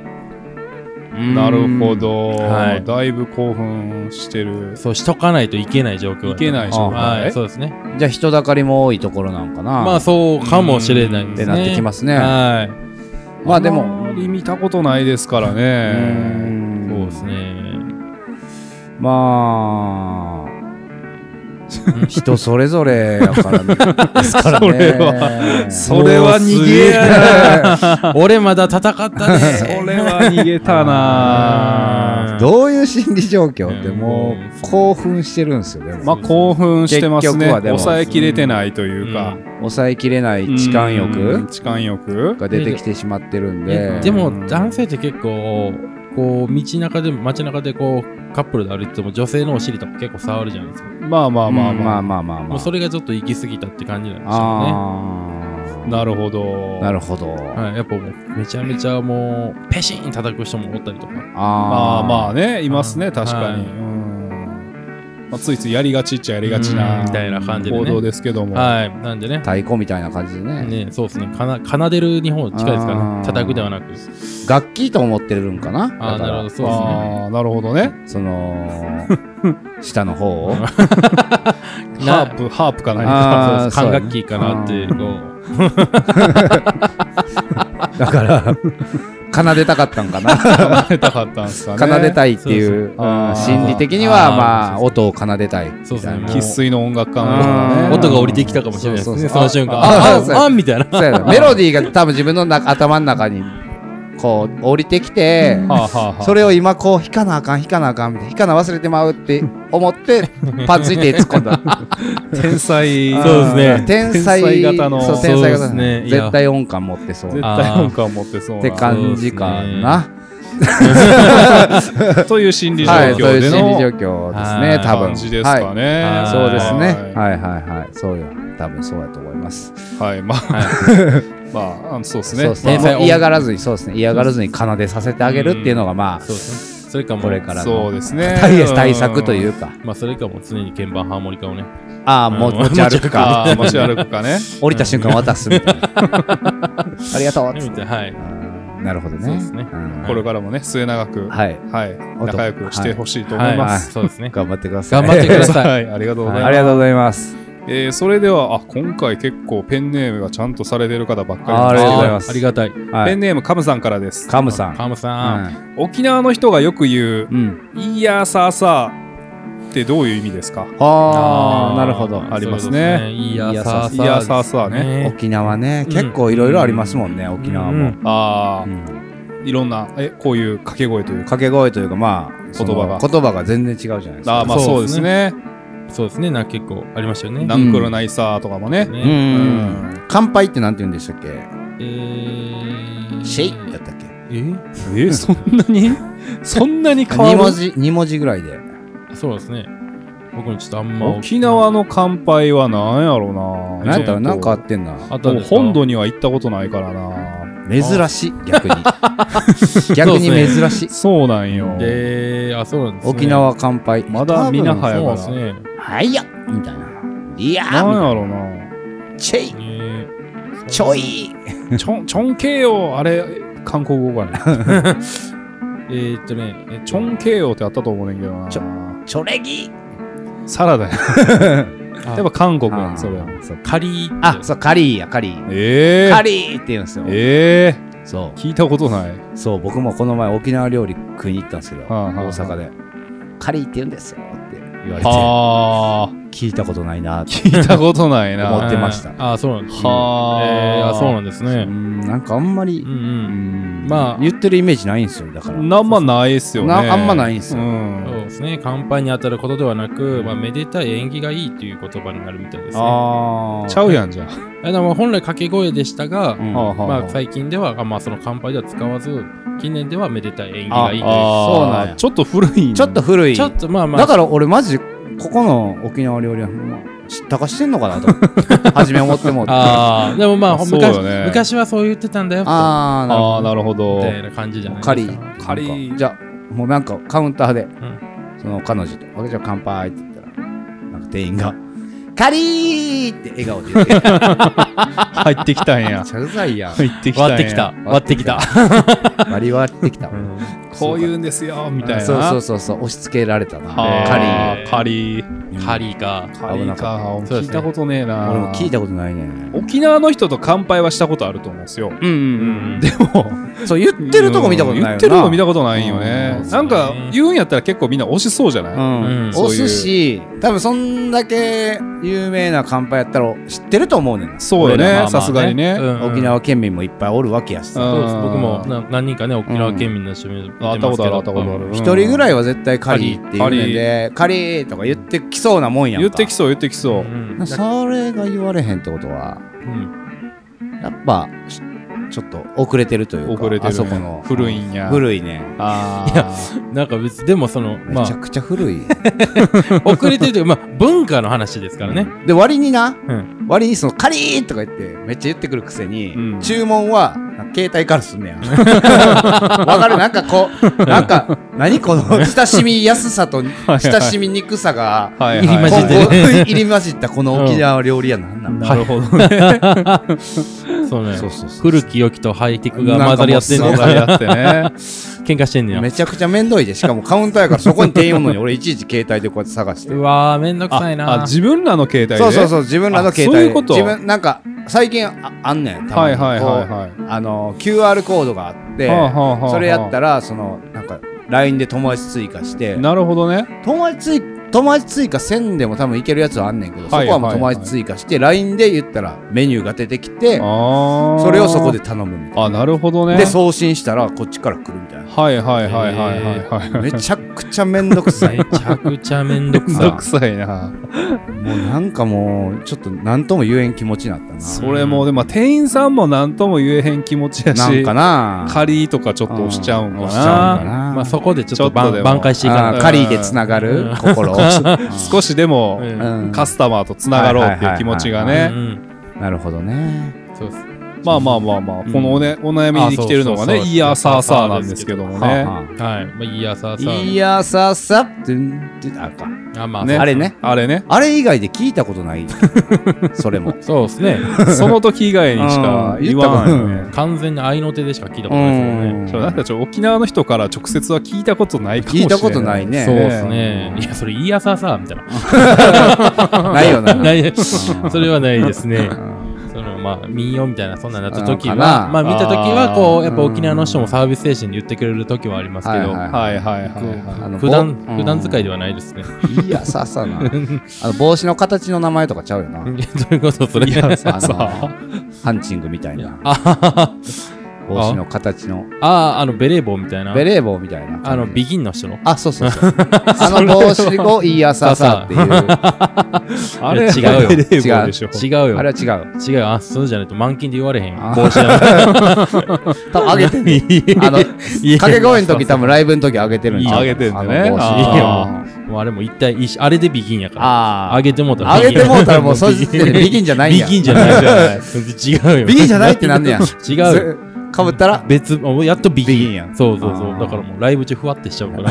[SPEAKER 3] なるほど、
[SPEAKER 2] はい
[SPEAKER 3] だいぶ興奮してる
[SPEAKER 2] そうしとかないといけない状況だった
[SPEAKER 3] いけない状態
[SPEAKER 2] はいそうですね
[SPEAKER 1] じゃあ人だかりも多いところなんかな
[SPEAKER 2] まあそうかもしれないですね
[SPEAKER 1] ってなってきますね
[SPEAKER 2] はい
[SPEAKER 1] まあでも
[SPEAKER 3] あまり見たことないですから
[SPEAKER 1] う
[SPEAKER 3] ね
[SPEAKER 1] ん
[SPEAKER 2] そうですね
[SPEAKER 1] まあ、人それぞれやからね。ですからね。
[SPEAKER 3] それはそれは逃げ
[SPEAKER 1] や。
[SPEAKER 2] 俺まだ戦 ったね
[SPEAKER 3] それは逃げたな
[SPEAKER 2] うん
[SPEAKER 1] どういう心理状況でも
[SPEAKER 2] うん
[SPEAKER 1] う興奮してるんですよね。
[SPEAKER 3] まあ興奮してます
[SPEAKER 1] 結
[SPEAKER 3] ね
[SPEAKER 1] 局はでも
[SPEAKER 3] 抑えきれてないというか、
[SPEAKER 1] 抑えきれない痴漢
[SPEAKER 3] うん
[SPEAKER 1] 欲
[SPEAKER 3] 痴漢欲
[SPEAKER 1] が出てきてしまってるん
[SPEAKER 2] え
[SPEAKER 1] で。
[SPEAKER 2] でも男性って結構こう道中で街中でこうカップルで歩いてても女性のお尻とか結構触るじゃないですか、
[SPEAKER 3] まあまあ
[SPEAKER 1] ま
[SPEAKER 3] ま
[SPEAKER 1] あ
[SPEAKER 3] あ
[SPEAKER 1] ま
[SPEAKER 3] ま
[SPEAKER 1] あ
[SPEAKER 3] あ、
[SPEAKER 1] まあまあま
[SPEAKER 2] もう
[SPEAKER 1] あ。
[SPEAKER 2] それがちょっと行き過ぎたって感じなんでしょ
[SPEAKER 1] あ
[SPEAKER 3] なるほど
[SPEAKER 1] あ。なるほど。
[SPEAKER 2] うね、はい、やっぱもうめちゃめちゃもうペシーン叩く人もおったりとか
[SPEAKER 3] まあまあ
[SPEAKER 1] あ
[SPEAKER 3] ねいます
[SPEAKER 2] う
[SPEAKER 3] ね
[SPEAKER 2] ん
[SPEAKER 3] 確かに、
[SPEAKER 2] はい
[SPEAKER 3] うんまあ、ついついやりがちっちゃやりがち
[SPEAKER 2] う
[SPEAKER 3] なん
[SPEAKER 2] みたいな感じでね
[SPEAKER 3] 行動ですけども、
[SPEAKER 2] はいなんでね
[SPEAKER 1] あ。太鼓みたいな感じでね。
[SPEAKER 2] ねそうですねかな奏でる日本近いですから
[SPEAKER 1] あー
[SPEAKER 2] ね叩くではなく
[SPEAKER 1] 楽器と思ってるんかな。
[SPEAKER 2] あ
[SPEAKER 1] だか
[SPEAKER 2] あな
[SPEAKER 1] ら
[SPEAKER 2] るほどそうですね
[SPEAKER 3] ああなるほどね
[SPEAKER 1] そ の下の方を
[SPEAKER 2] な
[SPEAKER 3] ハープハープか何
[SPEAKER 1] あー
[SPEAKER 2] そうで
[SPEAKER 3] か
[SPEAKER 2] す
[SPEAKER 1] そう
[SPEAKER 2] 管
[SPEAKER 1] ね
[SPEAKER 2] 楽器かなってこう
[SPEAKER 1] だから奏でたかったんかな
[SPEAKER 3] 奏でたかったんですかね
[SPEAKER 1] 奏でたいっていう
[SPEAKER 3] そう
[SPEAKER 1] うん
[SPEAKER 3] あー
[SPEAKER 1] 心理的には
[SPEAKER 2] あ
[SPEAKER 1] ま
[SPEAKER 2] ーそう
[SPEAKER 1] あ
[SPEAKER 2] そう
[SPEAKER 1] 音を奏でたいみ
[SPEAKER 2] そうです
[SPEAKER 1] た
[SPEAKER 2] ね
[SPEAKER 1] いな
[SPEAKER 2] もう
[SPEAKER 3] 生粋の音楽家の方
[SPEAKER 1] あ
[SPEAKER 3] が
[SPEAKER 1] ー
[SPEAKER 3] ね
[SPEAKER 2] 音が降りてきたかもしれないです
[SPEAKER 1] そうそう
[SPEAKER 2] ね
[SPEAKER 1] そう
[SPEAKER 2] その瞬間
[SPEAKER 1] あ
[SPEAKER 2] あ
[SPEAKER 1] あそう
[SPEAKER 2] ああんみたいな
[SPEAKER 1] そうやなメロディーが多分自分の中頭の中にこう降りてきて
[SPEAKER 3] はあはあはあ
[SPEAKER 1] それを今こう弾かなあかん弾かなあかんみたいな弾かな忘れてまうって思 ってパンついて突っ込んだ
[SPEAKER 3] 天才
[SPEAKER 1] あー
[SPEAKER 2] そうですね
[SPEAKER 1] 天才
[SPEAKER 3] 天才型の
[SPEAKER 1] そう天才型
[SPEAKER 2] そう
[SPEAKER 1] の
[SPEAKER 2] ですねいや
[SPEAKER 1] 絶対音感持ってそう
[SPEAKER 3] 絶
[SPEAKER 1] っ
[SPEAKER 3] 対音感持ってそう
[SPEAKER 1] て
[SPEAKER 3] な
[SPEAKER 1] 感じかな
[SPEAKER 3] という心理状
[SPEAKER 1] はい、そうい
[SPEAKER 3] 況
[SPEAKER 1] う
[SPEAKER 3] で
[SPEAKER 1] 心理
[SPEAKER 3] の
[SPEAKER 1] 状況ですね
[SPEAKER 2] はい
[SPEAKER 1] 多分
[SPEAKER 3] 感じですかね、
[SPEAKER 2] はい
[SPEAKER 1] そうですね。
[SPEAKER 3] は
[SPEAKER 1] はいはいはい。そうよ。多分そうやと思います。
[SPEAKER 3] い、はいまあ、 まああのそうですね
[SPEAKER 1] そうですね。
[SPEAKER 2] 天才
[SPEAKER 1] もう嫌がらずに、そうですね。嫌がらずに奏でさせてあげるっていうのが、ま
[SPEAKER 2] そうですねそれか
[SPEAKER 1] あ、
[SPEAKER 2] も
[SPEAKER 1] これから
[SPEAKER 3] そう
[SPEAKER 1] の
[SPEAKER 3] ですね
[SPEAKER 1] 対対策というか。
[SPEAKER 2] まあそれかもう常に鍵盤ハーモニカをね
[SPEAKER 1] ああ、もう
[SPEAKER 2] うん
[SPEAKER 1] 持ち歩くか。
[SPEAKER 3] ああ持ち歩くかね
[SPEAKER 1] 降りた瞬間渡すみたいな。ありがとうっつ
[SPEAKER 2] み
[SPEAKER 1] ったて
[SPEAKER 2] いなはい
[SPEAKER 1] うんなるほどね。
[SPEAKER 2] そうですね
[SPEAKER 1] うん
[SPEAKER 3] これからもね末永く
[SPEAKER 1] はい。
[SPEAKER 3] はい、
[SPEAKER 1] 音
[SPEAKER 3] 仲良くしてほしいと思います。
[SPEAKER 2] そうですね
[SPEAKER 1] 頑張ってください。
[SPEAKER 2] 頑張ってください
[SPEAKER 3] はい、ありがとうございま
[SPEAKER 1] はい
[SPEAKER 3] す。
[SPEAKER 1] ありがとうございます。
[SPEAKER 3] えーそれでは、あ、今回結構ペンネームがちゃんとされてる方ばっかり
[SPEAKER 1] あ
[SPEAKER 3] なん
[SPEAKER 1] り
[SPEAKER 3] で
[SPEAKER 1] が
[SPEAKER 3] す
[SPEAKER 1] とうご
[SPEAKER 3] けど
[SPEAKER 1] ざいます
[SPEAKER 2] ありがたい
[SPEAKER 1] は
[SPEAKER 3] ペ
[SPEAKER 1] い。
[SPEAKER 3] ンネームカムさんからです。
[SPEAKER 1] カムさん。
[SPEAKER 2] カムさん
[SPEAKER 3] 沖縄の人がよく言う
[SPEAKER 1] う、ん。
[SPEAKER 3] いやーさあさあってどういう意味ですか
[SPEAKER 1] ああ、なるほど。
[SPEAKER 3] ありますね
[SPEAKER 2] そうですいや
[SPEAKER 1] いや
[SPEAKER 2] さあ
[SPEAKER 1] さ
[SPEAKER 2] さ
[SPEAKER 3] いやさあさあ
[SPEAKER 2] あ
[SPEAKER 3] ね。
[SPEAKER 1] 沖縄ね、結構いろいろありますもんね、沖縄も。
[SPEAKER 3] ああ、
[SPEAKER 1] うん
[SPEAKER 3] いろんな、え、こういう掛け声というか。
[SPEAKER 1] 掛け声というかまあその
[SPEAKER 3] 言葉が
[SPEAKER 1] 言葉が全然違うじゃないですか
[SPEAKER 3] あーまあ
[SPEAKER 2] そ
[SPEAKER 3] そうう
[SPEAKER 2] で
[SPEAKER 3] ですすね。
[SPEAKER 2] そうですねなんか結構ありましたよね
[SPEAKER 3] ナンクルナイサーとかもね。
[SPEAKER 1] うんうん
[SPEAKER 2] ね
[SPEAKER 1] うん
[SPEAKER 3] うん
[SPEAKER 1] 乾杯ってなんて言うんでしたっけ
[SPEAKER 2] えー
[SPEAKER 1] シェイやったっけ
[SPEAKER 2] え
[SPEAKER 3] え、そんなに そんなに変わ
[SPEAKER 1] 2
[SPEAKER 3] る
[SPEAKER 1] 文字、二文字ぐらいで。
[SPEAKER 2] そうですね。僕もちょっとあんま
[SPEAKER 3] 沖縄の乾杯は何やろうな
[SPEAKER 1] なんだろう、なんかあ
[SPEAKER 3] ちょっ
[SPEAKER 1] ってんな。
[SPEAKER 2] あった
[SPEAKER 3] と
[SPEAKER 2] ん
[SPEAKER 3] もう
[SPEAKER 2] ですか
[SPEAKER 3] 本土には行ったことないからな
[SPEAKER 1] 珍しい、逆 に。逆に珍しい。
[SPEAKER 3] そうなんよ
[SPEAKER 2] で、あ、そうなんですね。
[SPEAKER 1] 沖縄乾杯。
[SPEAKER 3] まだ見なは
[SPEAKER 1] や。
[SPEAKER 3] や
[SPEAKER 2] そうな
[SPEAKER 3] か
[SPEAKER 2] ん
[SPEAKER 3] ら
[SPEAKER 2] ですね。
[SPEAKER 3] 何
[SPEAKER 1] はいやみたいな。いやーみ
[SPEAKER 3] や
[SPEAKER 1] たい
[SPEAKER 3] ろうな
[SPEAKER 1] な。チェイ
[SPEAKER 2] ね
[SPEAKER 1] ちょい
[SPEAKER 3] ちょんちょんけいよあれ韓国語かね
[SPEAKER 2] えーっとね、え
[SPEAKER 3] ちょんけいよってあったと思うねんけどな
[SPEAKER 1] ちょチョレギ
[SPEAKER 3] サラダややっぱ韓国や
[SPEAKER 1] あ
[SPEAKER 3] んそれは
[SPEAKER 1] ーそう
[SPEAKER 2] カリー
[SPEAKER 1] あ、そう、カリーや、カリー。
[SPEAKER 3] え
[SPEAKER 1] カ
[SPEAKER 3] え
[SPEAKER 1] リーって言うんですよ。
[SPEAKER 3] ええ
[SPEAKER 1] そ。
[SPEAKER 3] 聞いたことないう
[SPEAKER 1] そう、僕もこの前沖縄料理食いに行ったんですけど、
[SPEAKER 3] はあはあはあ
[SPEAKER 1] 大阪で。カリーって言うんですよって言われて、
[SPEAKER 3] ああ
[SPEAKER 1] 聞いたことないなって。
[SPEAKER 3] 聞いたことないな
[SPEAKER 1] 思ってました
[SPEAKER 2] あー、そうなんですね。
[SPEAKER 3] はあ
[SPEAKER 2] えーあ、そうなんです
[SPEAKER 1] う
[SPEAKER 2] ね。
[SPEAKER 1] ん、なんかあんまり
[SPEAKER 2] うんう、ん。
[SPEAKER 1] ま
[SPEAKER 2] ま
[SPEAKER 1] あ
[SPEAKER 2] あ、
[SPEAKER 1] 言ってるイメージないんですよ、だから。
[SPEAKER 3] なんまないっすよね。
[SPEAKER 1] なあんまないんすよ
[SPEAKER 3] うん
[SPEAKER 2] そうですね。乾杯に当たることではなく、まあ、めでたい縁起がいいという言葉になるみたいですね。
[SPEAKER 1] ああ。
[SPEAKER 3] ちゃうやんじゃん。
[SPEAKER 2] あでも本来掛け声でしたが、
[SPEAKER 1] うん
[SPEAKER 3] はあはあ
[SPEAKER 2] まあ、最近では、あまあ、その乾杯では使わず、近年ではめでたい縁起がいいという
[SPEAKER 1] あそうなんや
[SPEAKER 3] ちょっと古い。
[SPEAKER 1] ちょっと。古い。
[SPEAKER 2] ちょっとまあまあ、
[SPEAKER 1] だから俺マジここの沖縄料理はほんま知ったかしてんのかなと初め思ってもうてあ
[SPEAKER 2] ああ、でもまあ、ほん
[SPEAKER 3] そう
[SPEAKER 2] 昔
[SPEAKER 3] よね
[SPEAKER 2] 昔はそう言ってたんだよ、
[SPEAKER 1] あーなる
[SPEAKER 3] ああ、
[SPEAKER 1] ほ
[SPEAKER 3] なるほど
[SPEAKER 2] み。たいな感じじゃない
[SPEAKER 1] ど
[SPEAKER 2] です
[SPEAKER 1] カ
[SPEAKER 2] か。
[SPEAKER 1] リー
[SPEAKER 3] カリー
[SPEAKER 1] じゃあもうなんかカウンターで、
[SPEAKER 2] ん
[SPEAKER 1] その彼女と「俺じゃあ乾杯」って言ったらなんか店員が「カリー!」って笑顔で言ってめっ
[SPEAKER 3] 入ってきた んや。
[SPEAKER 1] ちゃうざい やん
[SPEAKER 3] 入ってきたんや。
[SPEAKER 2] 割ってきた。割ってきた。
[SPEAKER 1] 割り割ってきた、
[SPEAKER 3] こういうんですよ、みたいな。
[SPEAKER 1] そうそうそうそう押し付けられたな
[SPEAKER 3] あ
[SPEAKER 1] カリー
[SPEAKER 3] ーカリー。
[SPEAKER 2] カリーか。
[SPEAKER 3] カリ
[SPEAKER 1] 危な
[SPEAKER 3] ー
[SPEAKER 1] か
[SPEAKER 3] か。
[SPEAKER 2] そうで
[SPEAKER 3] 聞い
[SPEAKER 2] すね
[SPEAKER 3] たことねえな。
[SPEAKER 1] 俺も聞いたことないね
[SPEAKER 3] 沖縄の人と乾杯はしたことあると思うんですよ。
[SPEAKER 1] うん
[SPEAKER 2] う
[SPEAKER 1] うん
[SPEAKER 2] ん。
[SPEAKER 3] でも、
[SPEAKER 1] うんそう言ってるとこ見たことないよな
[SPEAKER 3] 言ってるとこ見たことないよね
[SPEAKER 1] う。ん
[SPEAKER 3] なんか、言うんやったら結構みんな推しそうじゃない
[SPEAKER 1] うん
[SPEAKER 2] うん
[SPEAKER 1] お
[SPEAKER 3] そうい
[SPEAKER 1] 寿
[SPEAKER 3] う
[SPEAKER 1] 司多分そんだけ有名な乾杯やったら知ってると思うねん、
[SPEAKER 3] そうよね、さすがにね。
[SPEAKER 1] 沖縄県民もいっぱいおるわけやし
[SPEAKER 3] う
[SPEAKER 1] さ
[SPEAKER 3] ん
[SPEAKER 2] そうです僕もな何人かね、沖縄県民の趣味見てま
[SPEAKER 3] あっ
[SPEAKER 2] すけ
[SPEAKER 3] た
[SPEAKER 2] ど
[SPEAKER 3] ことある、あったことある。うん
[SPEAKER 1] 一、人ぐらいは絶対カリーって言うねんでカリーとか言ってきそうなもんやん
[SPEAKER 3] 言
[SPEAKER 1] か
[SPEAKER 3] ってきそう、言ってきそう
[SPEAKER 2] う。ん
[SPEAKER 1] なそれが言われへんってことは
[SPEAKER 2] うん
[SPEAKER 1] やっぱしちょっと遅れてるというか
[SPEAKER 3] 遅れてるね
[SPEAKER 1] あそこの
[SPEAKER 3] 古いんや
[SPEAKER 1] 古いね
[SPEAKER 3] あー
[SPEAKER 2] いやなんか別にでもその、ま
[SPEAKER 1] めちゃ
[SPEAKER 2] あ、
[SPEAKER 1] くちゃ古い、
[SPEAKER 2] 遅れてるというか、まあ、文化の話ですからね。
[SPEAKER 1] で割にな
[SPEAKER 2] うん
[SPEAKER 1] 割にそのカリーとか言ってめっちゃ言ってくるくせに、
[SPEAKER 3] うん
[SPEAKER 1] 注文はなんか携帯からす んねやわかるなんかこうなんか何この親しみやすさと親しみにくさが
[SPEAKER 3] はいはい
[SPEAKER 2] 入り混じってね
[SPEAKER 1] 今後入り混じったこの沖縄料理屋なんなん
[SPEAKER 3] なるほどね。
[SPEAKER 2] そうね。
[SPEAKER 1] そうそ
[SPEAKER 2] 古き良きとハイテクが混ざり合ってんね
[SPEAKER 1] なんんか
[SPEAKER 3] わか
[SPEAKER 1] もう
[SPEAKER 3] り合ってね。
[SPEAKER 2] 喧嘩してんねや
[SPEAKER 1] め。ちゃくちゃ面倒いでしかもカウンターやからそこに店員お んのに俺いちいち携帯でこうやって探して
[SPEAKER 2] うわー、めんどくさい
[SPEAKER 3] あ、
[SPEAKER 2] な。
[SPEAKER 3] 自分らの携帯で。
[SPEAKER 1] そうそうそう自分らの携帯
[SPEAKER 3] あそういうこと
[SPEAKER 1] 自分なんか最近ああんねんたま
[SPEAKER 3] は
[SPEAKER 1] に
[SPEAKER 3] いはいはいは
[SPEAKER 1] こうあの QR コードがあって、
[SPEAKER 3] はあはあはあ
[SPEAKER 1] それやったらそのなんか LINE で友達追加して
[SPEAKER 3] なるほどね。
[SPEAKER 1] 友達追加友達追加せんでも多分いけるやつはあんねんけど、
[SPEAKER 3] はいはいはい
[SPEAKER 1] そこはもう友達追加して LINE で言ったらメニューが出てきて
[SPEAKER 3] ああ。
[SPEAKER 1] それをそこで。頼むみたい
[SPEAKER 3] あ、なるほど
[SPEAKER 1] な、
[SPEAKER 3] ね。
[SPEAKER 1] で送信したらこっちから来るみたいな
[SPEAKER 3] はいはいはいはいはいはい。
[SPEAKER 1] めちゃくちゃめんどくさい
[SPEAKER 2] めちゃくちゃめんどく
[SPEAKER 3] めん
[SPEAKER 2] さ
[SPEAKER 3] ど
[SPEAKER 2] い
[SPEAKER 3] く。さいな。
[SPEAKER 1] もうなんかもうちょっと何とも言えん気持ちになったな
[SPEAKER 3] それも、でも店員さんも何とも言えへん気持ちや
[SPEAKER 1] なん
[SPEAKER 3] し
[SPEAKER 1] か、な
[SPEAKER 3] カリーとかちょっと押しちゃうんか
[SPEAKER 1] 押しちゃうんか
[SPEAKER 3] な。
[SPEAKER 1] な
[SPEAKER 2] まあそこでちょっ
[SPEAKER 3] ちょ
[SPEAKER 2] と
[SPEAKER 3] っとで
[SPEAKER 2] 挽挽
[SPEAKER 3] も
[SPEAKER 2] 回していか
[SPEAKER 1] あ
[SPEAKER 2] な
[SPEAKER 1] ーカリーでつながる 心を、
[SPEAKER 3] 少しでも
[SPEAKER 2] うん
[SPEAKER 1] うん
[SPEAKER 3] カスタマーとつながろうっていう気持ちが
[SPEAKER 2] ね
[SPEAKER 3] ね。
[SPEAKER 1] なるほどね
[SPEAKER 2] そうっす
[SPEAKER 3] まあまあまあまあ、このおねお悩みに来てるの
[SPEAKER 2] あそ
[SPEAKER 3] が
[SPEAKER 2] うそう
[SPEAKER 3] ね、
[SPEAKER 2] そう
[SPEAKER 3] いやさあさあなんですけどもね。
[SPEAKER 2] はい。まあ、いいやさあさ
[SPEAKER 1] いやささってんてあか
[SPEAKER 2] あ。あ、まあ、
[SPEAKER 3] ね
[SPEAKER 1] あれね
[SPEAKER 3] あれね。
[SPEAKER 1] あれ以外で聞いたことないそれも
[SPEAKER 2] そうですね。
[SPEAKER 3] その時以外にしか言わんよね。
[SPEAKER 2] 完全に愛の手でしか聞いたことないですもんね。
[SPEAKER 1] うん
[SPEAKER 3] そうなんかちょ沖縄の人から直接は聞いたことないか
[SPEAKER 1] 聞
[SPEAKER 3] もしれ
[SPEAKER 1] い
[SPEAKER 3] ない。
[SPEAKER 1] たことないね
[SPEAKER 2] そうですね。いや、それ、いいやさあさあ、みたいな。
[SPEAKER 1] ないよな
[SPEAKER 2] ない それはないですね。
[SPEAKER 1] うん
[SPEAKER 2] そのまあ民謡みたいなそんなんなった時
[SPEAKER 1] あのかな
[SPEAKER 2] はまあ見た時は
[SPEAKER 1] あ
[SPEAKER 2] こ
[SPEAKER 1] ー
[SPEAKER 2] うやっぱ沖縄の人もサービス精神で言ってくれる時はありますけど、
[SPEAKER 1] はい
[SPEAKER 3] はいはいはい
[SPEAKER 1] あ
[SPEAKER 3] は
[SPEAKER 1] の
[SPEAKER 2] 普段
[SPEAKER 1] ぼうん
[SPEAKER 2] 普段使いではないで すね。
[SPEAKER 1] いやささなあの帽子の形の名前とかちゃうよな
[SPEAKER 2] どういうことそれ。
[SPEAKER 3] い。いやさあ
[SPEAKER 1] あの
[SPEAKER 3] さ
[SPEAKER 1] ハンチングみたいな
[SPEAKER 2] あははは
[SPEAKER 1] 帽子の形の
[SPEAKER 2] ああ、あの、ベレー帽みたいな。
[SPEAKER 1] ベレー帽みたいな感じ
[SPEAKER 2] あの、ビギンの人の。
[SPEAKER 1] あそうそう そうあの帽子をいい朝さっていう
[SPEAKER 3] あ
[SPEAKER 2] い
[SPEAKER 3] れ
[SPEAKER 2] や違うよ
[SPEAKER 3] ベレー帽でしょ
[SPEAKER 2] 違うよ。
[SPEAKER 1] あれは違う
[SPEAKER 2] 違うよ。あ、そうじゃないと満金で言われへんよ。
[SPEAKER 1] あ
[SPEAKER 2] 帽子だ
[SPEAKER 1] 多分あげてる
[SPEAKER 2] もん
[SPEAKER 1] あの
[SPEAKER 2] いや
[SPEAKER 1] 掛け声の時多分ライブの時あげてるんちゃう
[SPEAKER 3] あげてんだね
[SPEAKER 1] あの帽子
[SPEAKER 2] いや
[SPEAKER 3] あ
[SPEAKER 2] もうあれも一体いいし、あれでビギンやから。
[SPEAKER 1] あ
[SPEAKER 2] あげてもうたら
[SPEAKER 1] あ
[SPEAKER 2] ビギン
[SPEAKER 1] げてもうたらもうその時点でビギンじゃないん
[SPEAKER 2] ビ
[SPEAKER 1] や
[SPEAKER 2] ギンじゃないじゃない。違うよ。
[SPEAKER 1] ビギンじゃないってなんねや
[SPEAKER 2] 違うよ。
[SPEAKER 1] うかぶったら
[SPEAKER 2] 別、もうやっとビギン。
[SPEAKER 1] ビギンやん
[SPEAKER 2] そうそうそ
[SPEAKER 1] あ
[SPEAKER 2] う。
[SPEAKER 1] ー
[SPEAKER 2] だからもうライブ中ふわってしちゃ うから。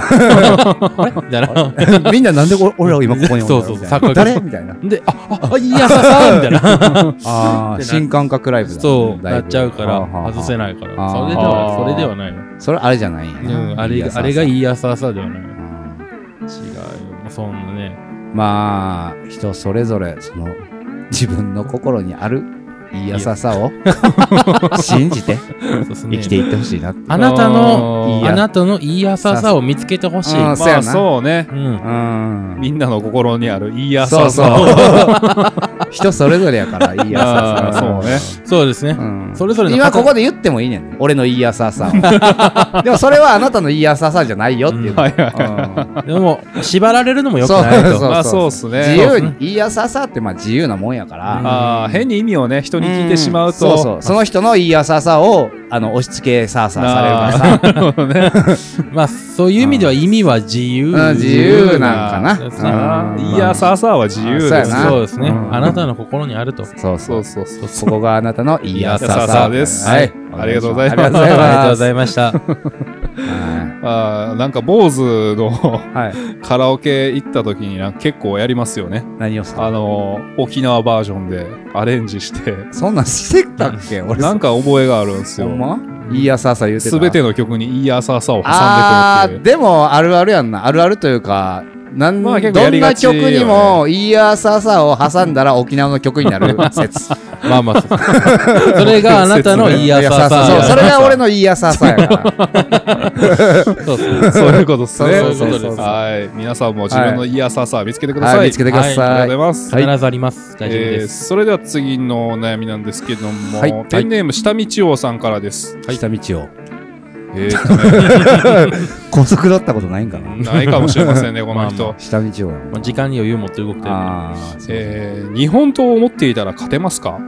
[SPEAKER 2] あれみたいな。
[SPEAKER 1] みんななんで俺俺らを今ここにおんだろ
[SPEAKER 2] そうそうそう
[SPEAKER 1] みたいな
[SPEAKER 2] 錯覚
[SPEAKER 1] 誰みたいな
[SPEAKER 2] で、あ、あ、あいや、さ さみたいな。
[SPEAKER 1] あ
[SPEAKER 2] っ
[SPEAKER 1] あ
[SPEAKER 2] てな
[SPEAKER 1] 新感覚ライブだね
[SPEAKER 2] そう、
[SPEAKER 1] だ
[SPEAKER 2] ないっ
[SPEAKER 1] ぶ
[SPEAKER 2] ちゃうか
[SPEAKER 1] あー
[SPEAKER 2] ら
[SPEAKER 1] はーはー
[SPEAKER 2] 外せないから。
[SPEAKER 1] あー
[SPEAKER 2] それでは、
[SPEAKER 3] あ
[SPEAKER 2] そ
[SPEAKER 3] ー
[SPEAKER 2] れではないよ。
[SPEAKER 1] それあれじゃないんや
[SPEAKER 2] うん、あれが、あれがいいやささではない。違うよ。もうそんなね。
[SPEAKER 1] まあ人それぞれその自分の心にあるいい優しさを信じて
[SPEAKER 2] そうですね
[SPEAKER 1] 生きていってほしいなって
[SPEAKER 2] あなたの
[SPEAKER 1] い、いや
[SPEAKER 2] あなたのいいやささを見つけてほしい。
[SPEAKER 1] あー
[SPEAKER 2] う
[SPEAKER 1] そうや
[SPEAKER 3] ま
[SPEAKER 1] な
[SPEAKER 3] あそうね
[SPEAKER 2] ん。
[SPEAKER 1] うん
[SPEAKER 3] みんなの心にあるいい優し
[SPEAKER 1] そ
[SPEAKER 3] さ
[SPEAKER 1] うそう 人それぞれやからいい優しさ
[SPEAKER 3] あーそうね
[SPEAKER 2] そうですね
[SPEAKER 1] う。ん
[SPEAKER 2] それぞれの
[SPEAKER 1] 今ここで言ってもいいねん俺のいい優しさ をでもそれはあなたのいい優しさじゃないよっていう、
[SPEAKER 3] はいはい
[SPEAKER 1] うん
[SPEAKER 2] でも、縛られるのもよくない
[SPEAKER 1] そう
[SPEAKER 2] と。
[SPEAKER 3] まあそうっすね
[SPEAKER 1] 自由にいい優しさってまあ自由なもんやから、
[SPEAKER 3] あー変に意味をね人に聞いてしまうと
[SPEAKER 1] んそうそうその人のいい優しさをあの押し付けさあさあされる
[SPEAKER 3] なるほどね
[SPEAKER 2] まあ、そういう意味では意味は自由。
[SPEAKER 1] か らさ、うん、自由なん
[SPEAKER 2] そうです
[SPEAKER 1] か
[SPEAKER 2] ね
[SPEAKER 1] な、うん
[SPEAKER 3] いやささは自由
[SPEAKER 1] あそう
[SPEAKER 3] です
[SPEAKER 1] やな
[SPEAKER 2] そうですね。
[SPEAKER 1] うん
[SPEAKER 2] あなたの心にあると。
[SPEAKER 1] そう
[SPEAKER 3] そ
[SPEAKER 1] そう
[SPEAKER 3] うそうそう
[SPEAKER 1] そこがあなたのいい優し
[SPEAKER 3] いい優
[SPEAKER 1] さ
[SPEAKER 3] しさです
[SPEAKER 1] はい
[SPEAKER 3] ありがとうございます
[SPEAKER 1] ありがとうござい
[SPEAKER 2] ありがとう
[SPEAKER 1] ま
[SPEAKER 2] ご
[SPEAKER 1] す
[SPEAKER 2] ざいました。
[SPEAKER 1] は
[SPEAKER 3] あーなんか坊主の
[SPEAKER 1] いはい
[SPEAKER 3] カラオケ行った時になんか結構やりますよね
[SPEAKER 1] 何をさ
[SPEAKER 3] あのー沖縄バージョンでアレンジして
[SPEAKER 1] そんなんしてたっけ俺
[SPEAKER 3] なんか覚えがあるんです
[SPEAKER 1] ほん
[SPEAKER 3] よ
[SPEAKER 1] まいい優しさ言うてた
[SPEAKER 3] 全ての曲にいい優しさを挟んでくる
[SPEAKER 1] あ
[SPEAKER 3] ってい
[SPEAKER 1] ー
[SPEAKER 3] う
[SPEAKER 1] でもあるあるやんなあるあるというかなん
[SPEAKER 3] まあ結構
[SPEAKER 1] ど
[SPEAKER 3] や
[SPEAKER 1] ん
[SPEAKER 3] り
[SPEAKER 1] な
[SPEAKER 3] がちよ
[SPEAKER 1] 曲
[SPEAKER 3] ね
[SPEAKER 1] にもいい優しさを挟んだら沖縄の曲になる説
[SPEAKER 2] まあ まあ、そうそれがあなたのいいやささ。
[SPEAKER 1] そうそれが俺のいい優しさやから
[SPEAKER 2] そうそう
[SPEAKER 3] そういうことですね。
[SPEAKER 1] そう
[SPEAKER 2] そうそうそう
[SPEAKER 3] はい。皆さんも自分の癒ささ見つけてください。
[SPEAKER 1] はい、見つけてくだ
[SPEAKER 3] あり
[SPEAKER 1] さ
[SPEAKER 3] が
[SPEAKER 1] い。
[SPEAKER 3] とうございます。
[SPEAKER 1] はい
[SPEAKER 2] 必ずあります。大丈夫
[SPEAKER 3] え
[SPEAKER 2] で
[SPEAKER 3] ー
[SPEAKER 2] す。
[SPEAKER 3] それでは次のお悩みなんですけども、
[SPEAKER 1] はい
[SPEAKER 3] ペンネーム下道王さんからです。
[SPEAKER 1] 下道を。
[SPEAKER 3] えーとね
[SPEAKER 1] 高速だったことないんかな
[SPEAKER 3] ないかもしれませんね、この
[SPEAKER 2] ま
[SPEAKER 3] 人。
[SPEAKER 1] 下道をや
[SPEAKER 2] まあ時間に余裕持って動くというか
[SPEAKER 1] ああ、
[SPEAKER 3] えー日本刀を持っていたら勝てますか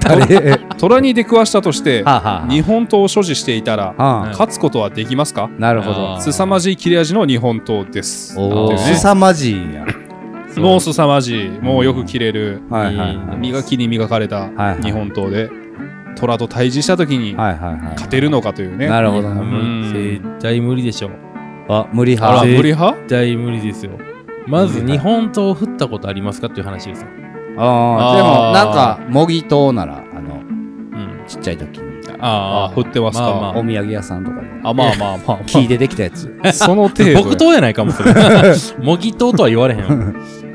[SPEAKER 1] 誰は
[SPEAKER 3] 虎に出くわしたとして
[SPEAKER 1] あ、はあ
[SPEAKER 3] 日本刀を所持していたら、
[SPEAKER 1] あはあ
[SPEAKER 3] 勝つことはできますか
[SPEAKER 1] なるほ
[SPEAKER 2] あ
[SPEAKER 1] ど
[SPEAKER 2] ー。
[SPEAKER 3] 凄まじい切れ味の日本刀です。
[SPEAKER 1] お
[SPEAKER 2] だ
[SPEAKER 1] お、
[SPEAKER 2] ってね
[SPEAKER 1] 凄まじいんや。
[SPEAKER 3] もう凄まじい、もうよく切れる、
[SPEAKER 1] はいはい
[SPEAKER 2] いい
[SPEAKER 1] はい。
[SPEAKER 3] 磨きに磨かれた
[SPEAKER 1] はい
[SPEAKER 3] 日本刀で虎と対峙した時に
[SPEAKER 1] はいはいはい。
[SPEAKER 3] 勝てるのかというね、
[SPEAKER 1] なるほど
[SPEAKER 2] う
[SPEAKER 1] な。
[SPEAKER 2] ん絶対無理でしょう。
[SPEAKER 1] あ、無理
[SPEAKER 3] あら
[SPEAKER 1] 派。
[SPEAKER 3] 無理派
[SPEAKER 2] 絶対無理ですよ。まず日本刀を振ったことありますかっていう話ですよ。
[SPEAKER 1] ああ、でもなん
[SPEAKER 3] あ
[SPEAKER 1] か、模擬刀なら、あの、
[SPEAKER 2] うん。
[SPEAKER 1] ちっちゃい時に、
[SPEAKER 3] ああ振ってますか、
[SPEAKER 2] まあま
[SPEAKER 1] お土産屋さんとかで、
[SPEAKER 3] あまあまあまあ、
[SPEAKER 1] 木でできたやつ。
[SPEAKER 3] その程度
[SPEAKER 2] 木刀やないか もそれ。模擬刀とは言われへんよ。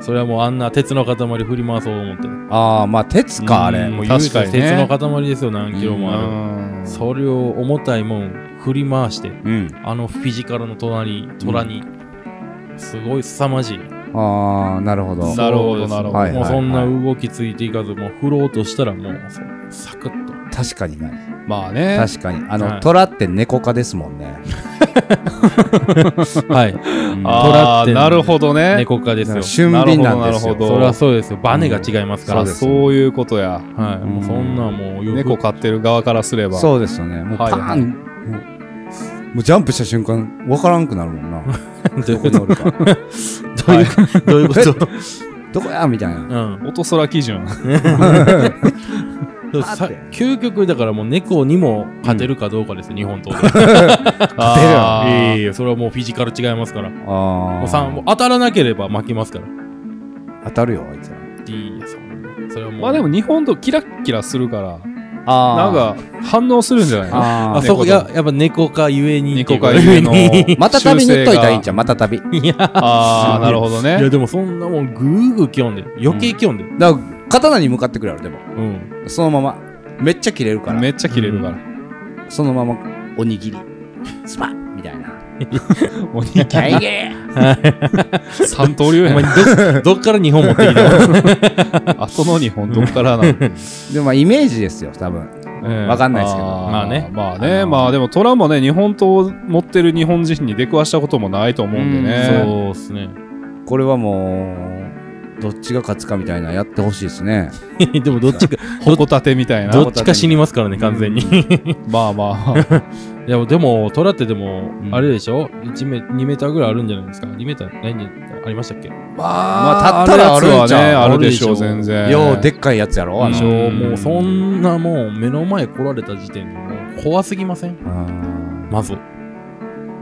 [SPEAKER 2] それはもうあんな鉄の塊振り回そう思って。
[SPEAKER 1] ああ、まあ、鉄か、あれ。
[SPEAKER 2] もう言うて
[SPEAKER 3] 確かに
[SPEAKER 2] 鉄の
[SPEAKER 3] ね
[SPEAKER 2] 塊ですよ、何キロ
[SPEAKER 3] う
[SPEAKER 2] もあ
[SPEAKER 3] ん
[SPEAKER 2] る。それを重たいもん振り回して、
[SPEAKER 1] うん。
[SPEAKER 2] あのフィジカルの隣、虎に、すごい凄まじい。
[SPEAKER 1] ああ、なるほど。
[SPEAKER 3] なるほどなるほど
[SPEAKER 1] はいはいはい
[SPEAKER 2] もうそんな動きついていかず、もう振ろうとしたらもう、そうサクッと。
[SPEAKER 1] 確かにない。
[SPEAKER 3] まあね
[SPEAKER 1] 確かに。あ
[SPEAKER 2] は
[SPEAKER 1] の、
[SPEAKER 2] い
[SPEAKER 1] 虎って猫科ですもんね。
[SPEAKER 2] はい。
[SPEAKER 3] あ
[SPEAKER 2] 虎っ
[SPEAKER 3] あ
[SPEAKER 2] て
[SPEAKER 3] なるほどね
[SPEAKER 2] 猫科ですよ。
[SPEAKER 1] 俊敏なんですよ
[SPEAKER 3] なるほどなるほど
[SPEAKER 2] それはそうですよ。バネが違いますから。
[SPEAKER 1] う
[SPEAKER 3] あ
[SPEAKER 1] ん
[SPEAKER 2] は
[SPEAKER 1] ですよ
[SPEAKER 3] そういうことや
[SPEAKER 2] い。もうそんなもうよく、
[SPEAKER 3] 猫 飼ってる側からすれば
[SPEAKER 1] そうですよねもうパ
[SPEAKER 3] はいはい
[SPEAKER 1] ーン、もうもうジャンプした瞬間わからんくなるもんな
[SPEAKER 2] ど
[SPEAKER 1] ど
[SPEAKER 2] う
[SPEAKER 1] こ
[SPEAKER 2] いう
[SPEAKER 1] におるか
[SPEAKER 2] ことどういうこと
[SPEAKER 1] どこやみたいな
[SPEAKER 2] うん。
[SPEAKER 3] 音空基準
[SPEAKER 2] さ
[SPEAKER 1] って
[SPEAKER 2] 究極だからもう猫にも勝てるかどうかですよ、日本刀 で。
[SPEAKER 3] あ
[SPEAKER 2] いや
[SPEAKER 3] ー
[SPEAKER 2] いやそれはもうフィジカル違いますから。も
[SPEAKER 1] あ
[SPEAKER 2] うさんもう当たらなければ負けますから。
[SPEAKER 1] 当たるよあいつら
[SPEAKER 2] いいや、そんなそれはもう。
[SPEAKER 3] まあでも日本とキラッキラするから
[SPEAKER 1] あ
[SPEAKER 3] なんか反応するんじゃないの
[SPEAKER 1] あー
[SPEAKER 2] あそこや、やっぱ猫かゆえに ってい
[SPEAKER 3] 猫
[SPEAKER 2] うか。
[SPEAKER 3] 飼いの
[SPEAKER 1] また旅塗っといたらいいんち
[SPEAKER 3] ゃ
[SPEAKER 1] ゃうまた旅だか
[SPEAKER 2] いや、
[SPEAKER 3] ああなるほどね
[SPEAKER 2] いやでもそんなもんグーグーきよんで。余計きよんで。
[SPEAKER 1] ら刀に向かってくるやろでも
[SPEAKER 2] うん。
[SPEAKER 1] そのままめっちゃ切れるから
[SPEAKER 3] めっちゃ切れるから。
[SPEAKER 1] そのままおにぎりスパッみたいな
[SPEAKER 3] おにぎり
[SPEAKER 1] 大変
[SPEAKER 3] 三刀 流
[SPEAKER 2] お
[SPEAKER 3] や
[SPEAKER 2] 前
[SPEAKER 3] ん。
[SPEAKER 2] ど、どっから日本持ってきたの
[SPEAKER 3] あとの日本どっからなの
[SPEAKER 1] でもまあイメージですよ多分
[SPEAKER 2] うん
[SPEAKER 1] わかんないですけど。
[SPEAKER 3] ま
[SPEAKER 2] あーまあね
[SPEAKER 3] まあ
[SPEAKER 1] あ
[SPEAKER 3] ね、
[SPEAKER 1] の
[SPEAKER 3] まあでもトラもね、日本刀を持ってる日本人に出くわしたこともないと思うんでね。
[SPEAKER 2] そうっすね。
[SPEAKER 1] これはもう、どっちが勝つかみたいなやってほしいですね。
[SPEAKER 2] でもどっちか、
[SPEAKER 3] ホコタテみたいな。
[SPEAKER 2] どっちか死にますからね、完全に。
[SPEAKER 3] まあまあ。
[SPEAKER 2] いや、でも、トラってでも
[SPEAKER 1] う、ん
[SPEAKER 2] あれでしょ ?1 メ、2メーターぐらいあるんじゃないですか ?2 メーターないんじゃありましたっけ
[SPEAKER 1] ま
[SPEAKER 3] まあ、立ったらあるやつはね、あるでしょう、
[SPEAKER 2] ある
[SPEAKER 3] 全
[SPEAKER 2] でし
[SPEAKER 3] 然。
[SPEAKER 1] ようでっかいやつやろあ
[SPEAKER 2] で
[SPEAKER 1] の
[SPEAKER 2] し
[SPEAKER 3] う
[SPEAKER 2] ょ
[SPEAKER 3] ん
[SPEAKER 2] もう、そんなもう、目の前来られた時点で、もう、怖すぎません
[SPEAKER 1] うん
[SPEAKER 2] まず。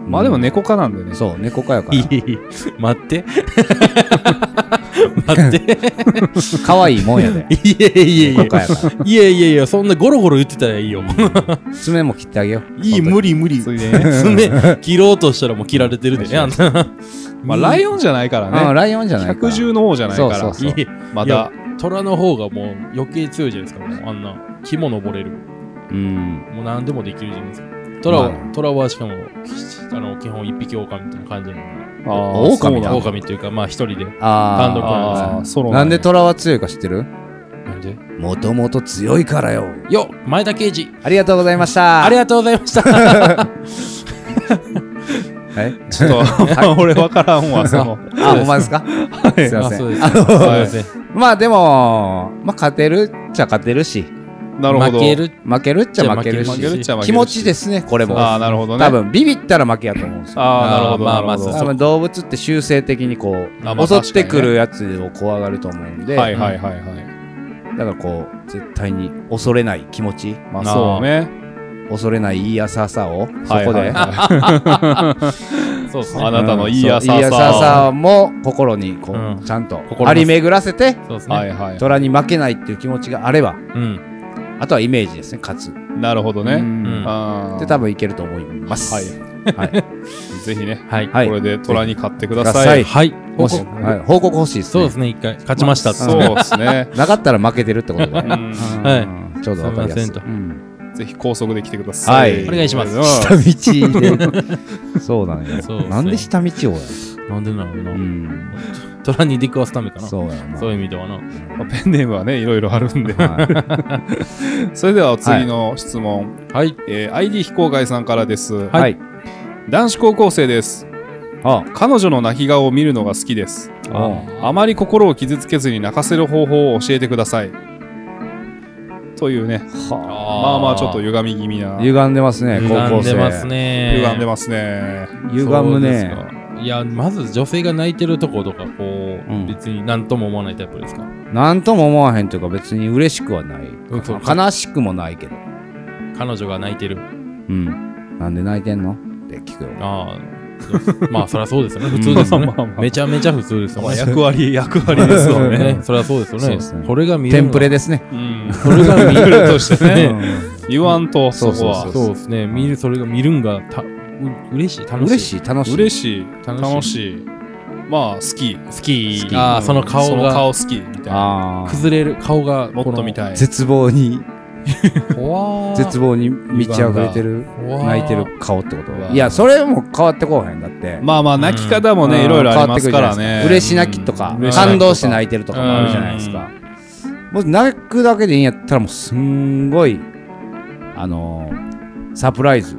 [SPEAKER 3] まあでも猫科なんでね。
[SPEAKER 1] そう猫かやか
[SPEAKER 2] い
[SPEAKER 1] ら
[SPEAKER 2] い いい待って。待って。
[SPEAKER 1] 可愛いもんやで
[SPEAKER 2] いえいえいえ
[SPEAKER 1] 猫。かやから
[SPEAKER 2] いやいやいや、そんなゴロゴロ言ってたら いいよ。
[SPEAKER 1] 爪も切ってあげよう
[SPEAKER 2] いい、無理無理。
[SPEAKER 3] つい
[SPEAKER 2] 爪
[SPEAKER 3] でね
[SPEAKER 2] 切ろうとしたらもう切られてるでね、あんな。
[SPEAKER 3] まあ、ライ
[SPEAKER 2] オ
[SPEAKER 3] オンじゃないから
[SPEAKER 1] あ
[SPEAKER 3] ね。
[SPEAKER 1] ライオンじゃないから
[SPEAKER 3] 百獣の王じゃないか
[SPEAKER 1] そ
[SPEAKER 3] ら
[SPEAKER 1] うそう。そう
[SPEAKER 3] ま
[SPEAKER 2] いや
[SPEAKER 3] だ。
[SPEAKER 2] 虎の方がもう余計強いじゃないですか、もうあんな。木も登れる。
[SPEAKER 1] うん
[SPEAKER 2] もう何でもできるじゃないですか。虎は、
[SPEAKER 1] ま
[SPEAKER 2] 虎はしかも、あの、基本一匹狼みたいな感じなので。
[SPEAKER 3] あー
[SPEAKER 1] 狼
[SPEAKER 3] そうなん
[SPEAKER 1] だ
[SPEAKER 3] だ
[SPEAKER 2] 狼っていうか、まあ一人で。単独
[SPEAKER 1] あ
[SPEAKER 3] あーソ
[SPEAKER 1] あ
[SPEAKER 3] ロ
[SPEAKER 1] なんで
[SPEAKER 3] と
[SPEAKER 1] 虎は強いか知ってる
[SPEAKER 2] なんで
[SPEAKER 1] もともと強いからよ
[SPEAKER 2] よ前田刑事
[SPEAKER 1] ありがとうございました
[SPEAKER 2] ありがとうございました
[SPEAKER 1] はい
[SPEAKER 3] ちょっと、 俺わからんわ、その。
[SPEAKER 1] あほんまですかすいま
[SPEAKER 2] あ
[SPEAKER 1] せ
[SPEAKER 2] そうんです
[SPEAKER 1] あ
[SPEAKER 2] そう
[SPEAKER 1] の
[SPEAKER 2] ですね
[SPEAKER 1] まあでもまあ勝てるっちゃ勝てるし
[SPEAKER 3] なるほど。
[SPEAKER 2] 負ける
[SPEAKER 1] 負けるっちゃ負ける
[SPEAKER 3] 負け
[SPEAKER 1] し
[SPEAKER 3] るっちゃ負けるし
[SPEAKER 1] 気持ちですねこれも
[SPEAKER 3] ああ、なるほどね。
[SPEAKER 1] 多。分ビビったら負けやと思うんですよ
[SPEAKER 3] ああ、なるほど。
[SPEAKER 2] あーまあ
[SPEAKER 3] なるほど
[SPEAKER 2] まあ
[SPEAKER 1] 多分動物って習性的にこう、
[SPEAKER 3] あまあ
[SPEAKER 1] 襲ってくるやつを怖がると思うんで、
[SPEAKER 3] はいはいはいはい。
[SPEAKER 1] だからこう絶対に恐れない気持ち
[SPEAKER 3] まあそうね。
[SPEAKER 1] 恐れないいいやささをそこ
[SPEAKER 3] はい
[SPEAKER 1] で
[SPEAKER 3] はいはい
[SPEAKER 2] そうですね
[SPEAKER 3] あなたのいいやさ
[SPEAKER 1] そういいやさ
[SPEAKER 3] さ
[SPEAKER 1] さも心にこう、
[SPEAKER 2] うん
[SPEAKER 1] ちゃんと
[SPEAKER 2] 心の
[SPEAKER 1] 張り巡らせて
[SPEAKER 2] そうです
[SPEAKER 3] を。は
[SPEAKER 2] ね
[SPEAKER 3] い はい。
[SPEAKER 1] 虎に負けないっていう気持ちがあれば
[SPEAKER 2] うん
[SPEAKER 1] あとはイメージですね勝つ
[SPEAKER 3] なるほどね。
[SPEAKER 2] ん
[SPEAKER 3] ああ。
[SPEAKER 1] で多分いけると思います
[SPEAKER 3] はい
[SPEAKER 1] はい
[SPEAKER 3] ぜひね、
[SPEAKER 2] はい
[SPEAKER 1] はい
[SPEAKER 3] これで虎に買ってくだ
[SPEAKER 1] くだ
[SPEAKER 3] さ
[SPEAKER 1] さ
[SPEAKER 3] い
[SPEAKER 1] い。
[SPEAKER 2] はい
[SPEAKER 1] もし、
[SPEAKER 2] 報告
[SPEAKER 1] はい、報告欲しいです
[SPEAKER 2] そう
[SPEAKER 1] ね
[SPEAKER 2] ですね一回勝ちましたって
[SPEAKER 3] そうですね。
[SPEAKER 1] なかったら負けてるってことで、ね、
[SPEAKER 3] うん
[SPEAKER 2] は
[SPEAKER 1] ちょうどわかりやすい
[SPEAKER 2] すいませんと
[SPEAKER 1] うん
[SPEAKER 3] ぜひ高速で来てください。
[SPEAKER 1] はい
[SPEAKER 2] お願いします
[SPEAKER 3] うん
[SPEAKER 1] 下道でそうなんや、
[SPEAKER 2] そうですね
[SPEAKER 1] なんで下道をや
[SPEAKER 2] なんでなの
[SPEAKER 1] う
[SPEAKER 2] な、
[SPEAKER 1] ん
[SPEAKER 2] 虎に出くわすためかなそう
[SPEAKER 1] そうやな。
[SPEAKER 2] いう意味ではな
[SPEAKER 3] まあペンネームはね、いろいろあるんで。
[SPEAKER 1] はい
[SPEAKER 3] それではお次の質問。
[SPEAKER 2] はい
[SPEAKER 3] えー ID 非公開さんからです。
[SPEAKER 1] はい。
[SPEAKER 3] 男子高校生です。
[SPEAKER 1] あ
[SPEAKER 3] 彼女の泣き顔を見るのが好きです。
[SPEAKER 1] あ
[SPEAKER 3] あまり心を傷つけずに泣かせる方法を教えてください。というね、
[SPEAKER 1] は
[SPEAKER 3] まあまあちょっと歪み気味
[SPEAKER 1] あ
[SPEAKER 3] な。
[SPEAKER 1] 歪んでますね、高
[SPEAKER 2] 歪ん
[SPEAKER 1] 校生。
[SPEAKER 2] でますね
[SPEAKER 3] 歪んでますね。
[SPEAKER 1] 歪
[SPEAKER 2] そう
[SPEAKER 1] む
[SPEAKER 2] です
[SPEAKER 1] ね。
[SPEAKER 2] かいやまず女性が泣いてるとことかこう、
[SPEAKER 1] うん
[SPEAKER 2] 別に何とも思わないタイプですか
[SPEAKER 1] なんとも思わへんというか、別に嬉しくはない。
[SPEAKER 2] そう
[SPEAKER 1] 悲しくもないけど。
[SPEAKER 2] 彼女が泣いてる
[SPEAKER 1] うん。なんで泣いてんのって聞くよ。
[SPEAKER 2] ああそうですまあそりゃそうですよね普通ですよね
[SPEAKER 3] まあまあ
[SPEAKER 2] めちゃめちゃ普通ですよね
[SPEAKER 3] 役割、役割ですよね。
[SPEAKER 2] ね、それはそうですよ
[SPEAKER 1] そう
[SPEAKER 2] ね。
[SPEAKER 1] ですね
[SPEAKER 2] これが見れ
[SPEAKER 1] テ
[SPEAKER 2] る
[SPEAKER 1] ンプレ
[SPEAKER 2] で。
[SPEAKER 1] ですね。
[SPEAKER 3] うん。
[SPEAKER 2] これが見
[SPEAKER 3] ルー
[SPEAKER 2] る
[SPEAKER 3] ルとしてね。
[SPEAKER 1] う
[SPEAKER 3] 言わんと、そこ
[SPEAKER 1] そ
[SPEAKER 3] は
[SPEAKER 1] う。
[SPEAKER 2] そうですね。見る、それが見るんがた、う嬉しい、
[SPEAKER 1] ん
[SPEAKER 2] 楽しい。
[SPEAKER 1] 嬉しい、楽しい。
[SPEAKER 3] 嬉しい、
[SPEAKER 2] 楽しい
[SPEAKER 3] 楽しい。まあ、好き。
[SPEAKER 2] 好き
[SPEAKER 1] 好き
[SPEAKER 2] ああ、その
[SPEAKER 3] そ
[SPEAKER 2] 顔
[SPEAKER 3] の
[SPEAKER 2] が
[SPEAKER 3] 顔好き。みたいな。
[SPEAKER 1] ああ。
[SPEAKER 2] 崩れる、顔がこの
[SPEAKER 3] もっと見たい。
[SPEAKER 1] 絶望に、
[SPEAKER 2] 怖
[SPEAKER 1] 絶望に満ち溢れてる、
[SPEAKER 2] 望
[SPEAKER 1] 泣いてる顔ってこ
[SPEAKER 3] うわ
[SPEAKER 1] と。いや、それも変わってこうへんだって。
[SPEAKER 3] まあまあ、泣き方も
[SPEAKER 1] うん
[SPEAKER 3] ね、いろいろありますから
[SPEAKER 1] 変
[SPEAKER 3] ね。
[SPEAKER 1] わってくるじゃないですか嬉し泣きと
[SPEAKER 2] う
[SPEAKER 1] か
[SPEAKER 2] ん嬉し泣きと、か
[SPEAKER 1] 感動して泣いてるとかもあるじゃないですか。もう泣くだけでいいんやったら、もうすんごい、あのーサプライズ、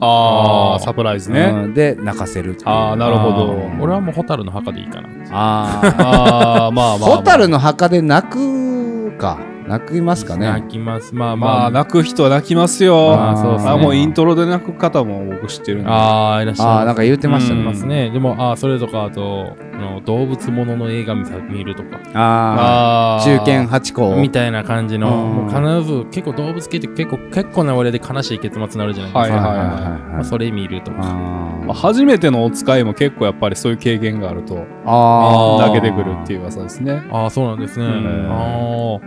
[SPEAKER 3] ああ、サプライズね。
[SPEAKER 1] うんで泣かせるっていう。
[SPEAKER 3] あーなるほど
[SPEAKER 2] 俺はもう蛍の墓でいいかな。
[SPEAKER 1] あ
[SPEAKER 3] ああ、ま
[SPEAKER 1] ー。
[SPEAKER 3] あまあまあ。
[SPEAKER 1] ホタルの墓で泣くか。泣きますかね
[SPEAKER 2] 泣。きます。まあ
[SPEAKER 3] ま
[SPEAKER 2] ま
[SPEAKER 3] あ、
[SPEAKER 2] あ、
[SPEAKER 3] 泣く人は泣きますよ。
[SPEAKER 2] あーそうですね
[SPEAKER 3] あもうイントロで泣く方も僕知ってるんで。
[SPEAKER 2] ああ、いらっしゃい
[SPEAKER 1] あー、なん
[SPEAKER 2] ま
[SPEAKER 1] か言ってました
[SPEAKER 3] う
[SPEAKER 1] ね
[SPEAKER 3] ん。
[SPEAKER 2] すね。でも、ああ、それとか、あと、あの動物ものの映画見さ見るとか。
[SPEAKER 1] ああ。
[SPEAKER 3] あ
[SPEAKER 1] 中
[SPEAKER 3] ー
[SPEAKER 1] 堅八校。
[SPEAKER 2] みたいな感じの、
[SPEAKER 1] うん
[SPEAKER 2] もう必ず結構動物系って結構結構な割合で悲しい結末になるじゃないですか、
[SPEAKER 3] はいはいはい
[SPEAKER 1] はい
[SPEAKER 2] まあ、それ見るとか
[SPEAKER 1] あ
[SPEAKER 3] まあ
[SPEAKER 1] ー
[SPEAKER 3] 初めてのお使いも結構やっぱりそういう経験があると
[SPEAKER 1] あー。
[SPEAKER 3] 泣けてくるっていう噂ですね。
[SPEAKER 2] ああそうなんですね、
[SPEAKER 3] うん
[SPEAKER 2] あ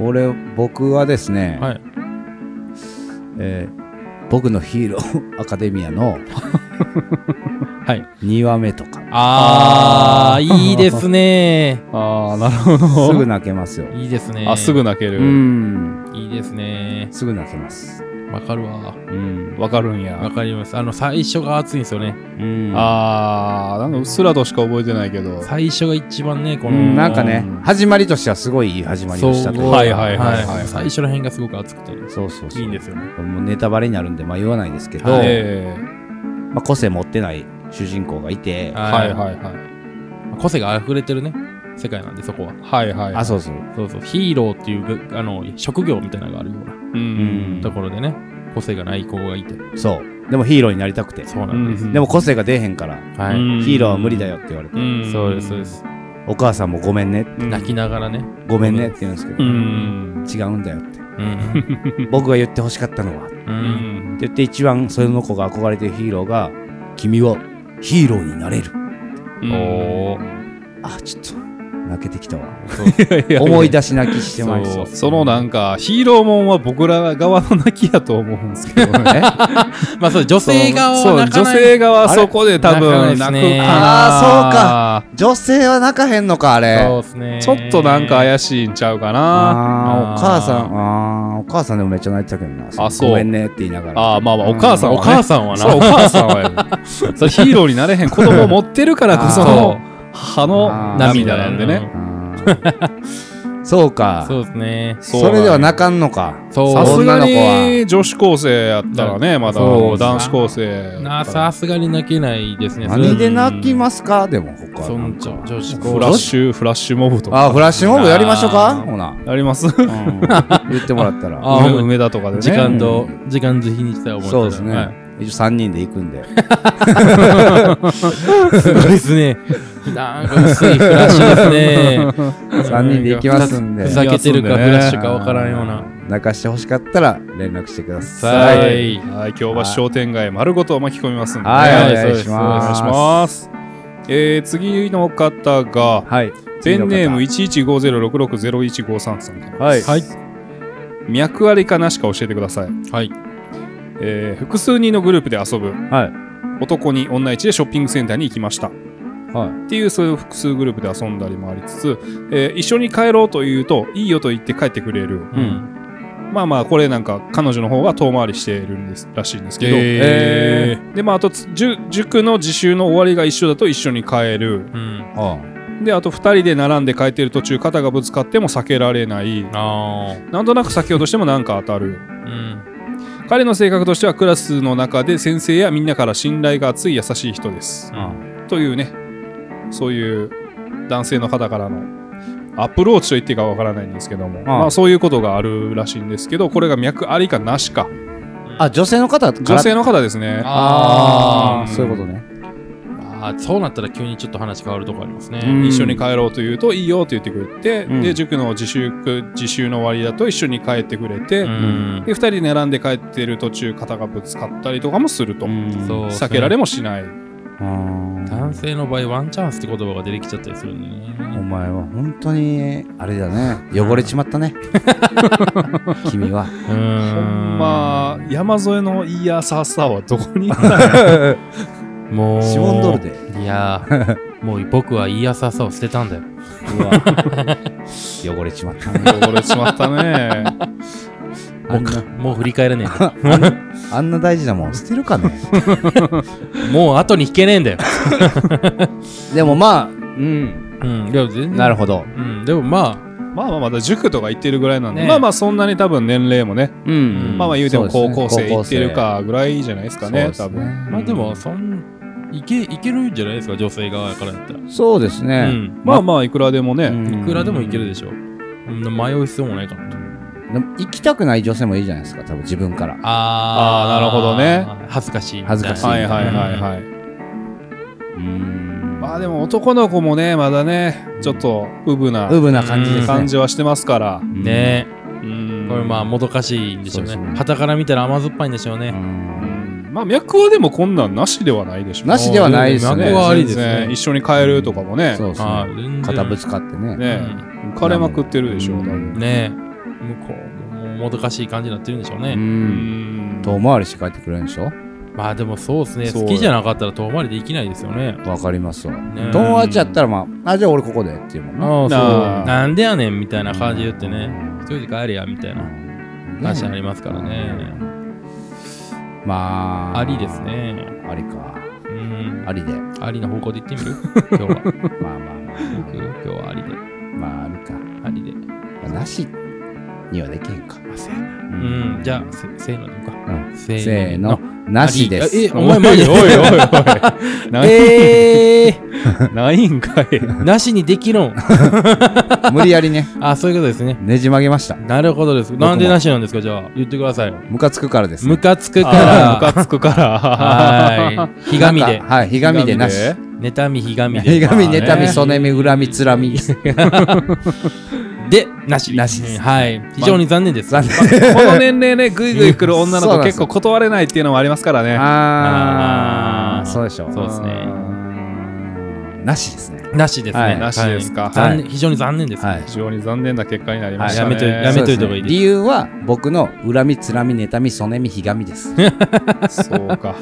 [SPEAKER 1] 俺、僕はですね
[SPEAKER 2] あ、はい
[SPEAKER 1] えー僕のヒーロー アカデミア の
[SPEAKER 2] はい
[SPEAKER 1] 2話目とか
[SPEAKER 2] あ
[SPEAKER 3] あ
[SPEAKER 2] あいいですね
[SPEAKER 3] ああ、なるほ
[SPEAKER 1] す
[SPEAKER 3] ど。
[SPEAKER 1] ぐ泣けますよ。
[SPEAKER 2] いいですね
[SPEAKER 3] あ、すぐ泣け
[SPEAKER 1] う
[SPEAKER 3] る。
[SPEAKER 1] ん
[SPEAKER 2] いいですね
[SPEAKER 1] すぐ泣けます。
[SPEAKER 2] わかるわ。
[SPEAKER 1] うん。
[SPEAKER 3] わかるん
[SPEAKER 2] わ
[SPEAKER 3] や。
[SPEAKER 2] かります。あの、最初が熱いんですよね。
[SPEAKER 1] うん
[SPEAKER 3] あー、なんかうっすらとしか覚えてないけど。
[SPEAKER 2] 最初が一番ね、こ
[SPEAKER 1] う
[SPEAKER 2] の。
[SPEAKER 1] んなんかね
[SPEAKER 3] うん、
[SPEAKER 1] 始まりとしてはすごいいい始まりをしたというか
[SPEAKER 3] はいはいはいはい
[SPEAKER 2] 最初の辺がすごく熱くて、
[SPEAKER 1] そうそうそう。
[SPEAKER 2] いいんですよね。
[SPEAKER 1] もうネタバレになるんで、まあ言わないですけど、
[SPEAKER 2] はい
[SPEAKER 3] え
[SPEAKER 1] まあ個性持ってない主人公がいて、
[SPEAKER 3] ーはいはいはい。
[SPEAKER 2] 個性が溢れてるね、世界なんで、そこは。
[SPEAKER 3] はいはい。
[SPEAKER 1] あ、そうそう。
[SPEAKER 2] そうそう、ヒーローっていうが、あの、職業みたいなのがあるような
[SPEAKER 3] う。
[SPEAKER 1] うん
[SPEAKER 2] ところでね、個性がない子がいて。
[SPEAKER 1] そう。でもヒーローになりたくて。
[SPEAKER 2] そうなんです。
[SPEAKER 1] でも個性が出えへんから、
[SPEAKER 2] は
[SPEAKER 3] う
[SPEAKER 2] い。
[SPEAKER 3] ん
[SPEAKER 1] ヒーローは無理だよって言われて、
[SPEAKER 3] うん
[SPEAKER 2] そうです、そうで。す。
[SPEAKER 1] お母さんもごめんね、
[SPEAKER 2] 泣きながらね。
[SPEAKER 1] ごめんねって言うんですけ
[SPEAKER 3] う
[SPEAKER 1] ど、
[SPEAKER 3] ん。
[SPEAKER 1] 違うんだよって。
[SPEAKER 2] うん。
[SPEAKER 1] 僕が言ってほしかったのは。って
[SPEAKER 2] うん。
[SPEAKER 1] 言って一番その子が憧れてるヒーローが、君はヒーローになれる。
[SPEAKER 2] お
[SPEAKER 1] あ、ちょっと、泣けてきたわ。
[SPEAKER 3] ー
[SPEAKER 1] 思い出し泣きしてまいり
[SPEAKER 2] そ
[SPEAKER 1] そうう。
[SPEAKER 3] そのなんか、ヒーローもんは僕ら側の泣きやと思うんですけどね。
[SPEAKER 1] え
[SPEAKER 2] まあそう、女性側
[SPEAKER 3] そう
[SPEAKER 2] は
[SPEAKER 3] そう
[SPEAKER 2] 泣か
[SPEAKER 3] 女
[SPEAKER 2] ない
[SPEAKER 3] 性側
[SPEAKER 1] あれ
[SPEAKER 3] そこで多分
[SPEAKER 2] 泣か
[SPEAKER 3] 泣
[SPEAKER 2] な
[SPEAKER 3] く
[SPEAKER 2] いですね
[SPEAKER 3] かな
[SPEAKER 1] あ女性は泣かへんのか、あれ。
[SPEAKER 2] そうですね。
[SPEAKER 3] ちょっとなんか怪しいんちゃうかな。
[SPEAKER 1] あー
[SPEAKER 2] あー
[SPEAKER 1] お母さん、あーお母さんでもめっちゃ泣いてたけどな。
[SPEAKER 3] あそう
[SPEAKER 1] ごめんねって言いながら。
[SPEAKER 3] ああ、まあまあ、お母さんは、
[SPEAKER 2] お
[SPEAKER 3] ね。
[SPEAKER 2] 母さんは
[SPEAKER 3] そうお
[SPEAKER 2] な。
[SPEAKER 3] 母さ んはやそれヒーローになれへん子供持ってるからこそ
[SPEAKER 2] そ
[SPEAKER 3] の母の涙なんでね。
[SPEAKER 1] あー そうか。
[SPEAKER 2] そうですね。
[SPEAKER 1] そ
[SPEAKER 3] そうなんや
[SPEAKER 1] れでは泣かんのか。
[SPEAKER 2] そう
[SPEAKER 3] さす
[SPEAKER 1] 女
[SPEAKER 3] が
[SPEAKER 1] の子
[SPEAKER 3] に
[SPEAKER 1] は
[SPEAKER 3] 女子高生やったらね、まだ
[SPEAKER 2] そう
[SPEAKER 3] 男子高生。
[SPEAKER 2] なさすがに泣けないですね。
[SPEAKER 1] 何で泣きますかでも、他
[SPEAKER 2] そ
[SPEAKER 1] はなん
[SPEAKER 2] ん
[SPEAKER 1] か
[SPEAKER 2] じょ女子
[SPEAKER 3] フラッシュ、フラッシュモブとか。
[SPEAKER 1] あー、フラッシュモブやりましょう
[SPEAKER 2] あ
[SPEAKER 1] か
[SPEAKER 2] ー
[SPEAKER 1] ほな。
[SPEAKER 3] あります
[SPEAKER 1] うん 言ってもらったら。
[SPEAKER 2] あー
[SPEAKER 3] 梅田とかでね。
[SPEAKER 2] 時間と、時間と日にしたら思ったら
[SPEAKER 1] そうですね。
[SPEAKER 2] はい
[SPEAKER 1] 一応3人で行くんで。
[SPEAKER 2] すごいですね。なんか薄いフラッシュですね。
[SPEAKER 1] 3人で行きますんで
[SPEAKER 2] ふ。ざけてるか
[SPEAKER 3] いやそうね
[SPEAKER 2] フラッシュかわからんような。
[SPEAKER 1] 泣かしてほしかったら連絡してくだ
[SPEAKER 2] は
[SPEAKER 1] さ
[SPEAKER 2] い
[SPEAKER 1] い。
[SPEAKER 3] はい。はい、京橋商店街丸ごと巻き込みますんでね。
[SPEAKER 1] はい、お
[SPEAKER 2] はい
[SPEAKER 1] 願いし
[SPEAKER 3] お願
[SPEAKER 1] ま
[SPEAKER 3] いし
[SPEAKER 1] す。
[SPEAKER 3] ます。えー、次の方が、
[SPEAKER 1] はい。
[SPEAKER 3] ペンネーム
[SPEAKER 1] 次
[SPEAKER 3] 1150660153さんから
[SPEAKER 1] の方はい。
[SPEAKER 2] はい。
[SPEAKER 3] 脈ありかなしか教えてください。
[SPEAKER 2] はい。
[SPEAKER 3] えー複数人のグループで遊ぶ
[SPEAKER 1] はい。
[SPEAKER 3] 男に女一でショッピングセンターに行きましたっ
[SPEAKER 1] はい。
[SPEAKER 3] ていうそういう複数グループで遊んだりもありつつ、えー一緒に帰ろうと言うといいよと言って帰ってくれる、
[SPEAKER 2] うん。
[SPEAKER 3] まあまあこれなんか彼女の方が遠回りしているんですらしいんですけど、
[SPEAKER 2] え
[SPEAKER 3] ーでまああとつ塾塾の自習の終わりが一緒だと一緒に帰る
[SPEAKER 2] うん。
[SPEAKER 1] あ
[SPEAKER 3] であと2人で並んで帰ってる途中肩がぶつかっても避けられない
[SPEAKER 2] あ
[SPEAKER 3] なんとなく避けようとしてもなんか当たる
[SPEAKER 2] あ。うん。
[SPEAKER 3] 彼の性格としてはクラスの中で先生やみんなから信頼が厚い優しい人です。というね、そういう男性の方からのアプローチと言っていいかわからないんですけども、まあそういうことがあるらしいんですけど、これが脈ありかなしか。
[SPEAKER 1] あ、女性の方から
[SPEAKER 3] 女性の方ですね。
[SPEAKER 1] あ
[SPEAKER 2] あ
[SPEAKER 1] あ、そういうことね。
[SPEAKER 2] あーそうなったら急にちょっと話変わるとこあります
[SPEAKER 1] うん
[SPEAKER 2] ね。
[SPEAKER 3] 一緒に帰ろうと言うといいよと言ってくれて、
[SPEAKER 1] うん
[SPEAKER 3] で、塾の自習自習の終わりだと一緒に帰ってくれて、
[SPEAKER 2] うん
[SPEAKER 3] で、二人で並んで帰ってる途中肩がぶつかったりとかもすると。
[SPEAKER 2] そう
[SPEAKER 3] 避けられもしない。
[SPEAKER 1] うん
[SPEAKER 2] 男性の場合、ワンチャンスって言葉が出てきちゃったりするんで
[SPEAKER 1] お
[SPEAKER 2] ね。
[SPEAKER 1] 前は本当に、あれだね。汚れちまったね。君は。
[SPEAKER 2] ほ
[SPEAKER 3] ほんま、山添のイヤーサーサーはどこに行った
[SPEAKER 2] もう。
[SPEAKER 1] シモンドルで。
[SPEAKER 2] いやーもう僕は言いやささを捨てたんだよ。
[SPEAKER 1] 汚れちまったね。
[SPEAKER 3] 汚れちまったね。
[SPEAKER 1] あ
[SPEAKER 2] も
[SPEAKER 1] ん
[SPEAKER 2] う
[SPEAKER 1] な
[SPEAKER 2] かもう振り返らね
[SPEAKER 1] あんな大事なもん捨てるかね。
[SPEAKER 2] えんだ。 もう後に引けねえんだよ。
[SPEAKER 1] でもまあ、うん。
[SPEAKER 2] うん、でも全然。
[SPEAKER 1] なる
[SPEAKER 2] ほ
[SPEAKER 1] ほど。
[SPEAKER 2] ど。うん、でもま
[SPEAKER 3] まあまあまだ塾とか行ってるぐらいなんで、
[SPEAKER 2] ね
[SPEAKER 3] まあまあそんなに多分年齢もね、
[SPEAKER 1] う
[SPEAKER 2] うん
[SPEAKER 3] まあまあ言うても
[SPEAKER 1] そ
[SPEAKER 3] 高
[SPEAKER 1] うですね
[SPEAKER 3] 校生行ってるかぐらいじゃないですかね、
[SPEAKER 1] そ
[SPEAKER 3] 多
[SPEAKER 1] うです
[SPEAKER 3] 分。
[SPEAKER 2] あ、
[SPEAKER 1] ね
[SPEAKER 2] まあでも、そん、いけ、いけるんじゃないですか、女性側からやったら。
[SPEAKER 1] そうです
[SPEAKER 2] う
[SPEAKER 1] ね。
[SPEAKER 2] ん。
[SPEAKER 3] まあまあいくらでもね、
[SPEAKER 2] いくらでもいけるで
[SPEAKER 1] し
[SPEAKER 2] しょ。うん迷う必要もないかなと。
[SPEAKER 1] ょ。でも行きたくない女性もいいじゃないですか。多分自分から。
[SPEAKER 2] あ
[SPEAKER 3] ーなるほどね。
[SPEAKER 2] 恥ずかしい。
[SPEAKER 1] 恥ずかし
[SPEAKER 3] はいはいはい
[SPEAKER 2] い。
[SPEAKER 3] はい。
[SPEAKER 1] うん
[SPEAKER 3] まあでも男の子もね、まだね、ちょっとウブな
[SPEAKER 1] ウブな感じですね。
[SPEAKER 3] 感じはしてますから。
[SPEAKER 2] ね
[SPEAKER 3] う
[SPEAKER 2] え、
[SPEAKER 3] ん
[SPEAKER 2] これまあ、もどかしいんでしょうね。
[SPEAKER 1] そうですね
[SPEAKER 2] 旗から見たら甘酸っぱいんでしょう
[SPEAKER 1] う
[SPEAKER 2] ね。
[SPEAKER 3] うんんまあ脈はでもこんなんなしではないでしょう。
[SPEAKER 1] なしではないですね
[SPEAKER 2] 脈はありです
[SPEAKER 3] 全然
[SPEAKER 2] ね
[SPEAKER 3] 一。緒に帰るとかもね、
[SPEAKER 1] そうです
[SPEAKER 2] あ
[SPEAKER 1] ね。
[SPEAKER 2] ー全然
[SPEAKER 1] 肩ぶつかってね。
[SPEAKER 3] ね、枯れまくってるでしょう、多
[SPEAKER 1] うん
[SPEAKER 3] 分。
[SPEAKER 2] ねえ向こうももうもどかしい感じになってるんでしょうね、
[SPEAKER 1] うん。遠回りして帰ってくれるんでしょ
[SPEAKER 2] まあでもそうですね
[SPEAKER 3] そう
[SPEAKER 2] 好きじゃなかったら遠回りできないですよね
[SPEAKER 1] わかりますわ。
[SPEAKER 2] ね
[SPEAKER 1] 友達やったらまあ、あ、じゃあ俺ここでっていうもんな。
[SPEAKER 2] ああ
[SPEAKER 3] な
[SPEAKER 2] そ
[SPEAKER 3] あ
[SPEAKER 2] うなんでやねんみたいな感じで言ってね
[SPEAKER 1] うん
[SPEAKER 2] 一人で帰れやみたいな話ありますからね
[SPEAKER 1] まあ。
[SPEAKER 2] ありです。ね。
[SPEAKER 1] ありか。
[SPEAKER 2] うん。
[SPEAKER 1] ありで。
[SPEAKER 2] ありの方向で行ってみる今日は。
[SPEAKER 1] まあまあま
[SPEAKER 2] 僕 今日はありで。
[SPEAKER 1] あ。まあ、あるか。
[SPEAKER 2] ありで。
[SPEAKER 1] まあなしにはできへんか。
[SPEAKER 2] う。
[SPEAKER 1] うん
[SPEAKER 2] じゃあ、せせーのでいこうか。
[SPEAKER 1] うん
[SPEAKER 2] せ
[SPEAKER 1] せーの。。なしで
[SPEAKER 2] ありえ
[SPEAKER 1] す。
[SPEAKER 2] お前マジで
[SPEAKER 3] おいおいおいおい。ない
[SPEAKER 2] ええ
[SPEAKER 3] ないんかい。
[SPEAKER 2] ー、なしにできるん。
[SPEAKER 1] 無理やりね。
[SPEAKER 2] あ、そういうことですね。
[SPEAKER 1] ねじ曲げました。
[SPEAKER 2] なるほどです。
[SPEAKER 1] も
[SPEAKER 2] なんでなしなんですかじゃあ、言ってくださいよ。
[SPEAKER 1] ムカつくからです。
[SPEAKER 2] ムカつく
[SPEAKER 3] あー
[SPEAKER 2] か
[SPEAKER 3] ムカつくから。
[SPEAKER 2] ら。 はい。ひがみ
[SPEAKER 1] なん
[SPEAKER 2] で
[SPEAKER 1] か。はい、ひがみでなし。
[SPEAKER 2] 妬み、ひがみ
[SPEAKER 1] ひ
[SPEAKER 2] で。
[SPEAKER 1] がみ、
[SPEAKER 3] まあね
[SPEAKER 1] 妬み、そねみ、恨み、つらみ。
[SPEAKER 2] で、なし。
[SPEAKER 1] なしです
[SPEAKER 2] はい。非常に残念です。
[SPEAKER 1] 残念。
[SPEAKER 3] この年齢ね、ぐいぐい来る女の
[SPEAKER 1] そう
[SPEAKER 3] 子
[SPEAKER 1] なんです
[SPEAKER 3] 結構断れないっていうのもありますからね。
[SPEAKER 1] あー、
[SPEAKER 2] あー
[SPEAKER 1] そうでしょ
[SPEAKER 2] そうですね。
[SPEAKER 1] なしですね。
[SPEAKER 2] なしです
[SPEAKER 1] は
[SPEAKER 2] ね。
[SPEAKER 1] い
[SPEAKER 3] なしですか
[SPEAKER 2] はい残念
[SPEAKER 1] は
[SPEAKER 2] 非常に残念ですね。
[SPEAKER 1] はい
[SPEAKER 3] 非常に残念な結果になりましたね。
[SPEAKER 2] はいやめといやめ
[SPEAKER 1] そうですね
[SPEAKER 2] た方がいいです
[SPEAKER 1] 理由は僕の恨み、つらみ、妬み、そねみ、ひがみです。
[SPEAKER 3] そうか。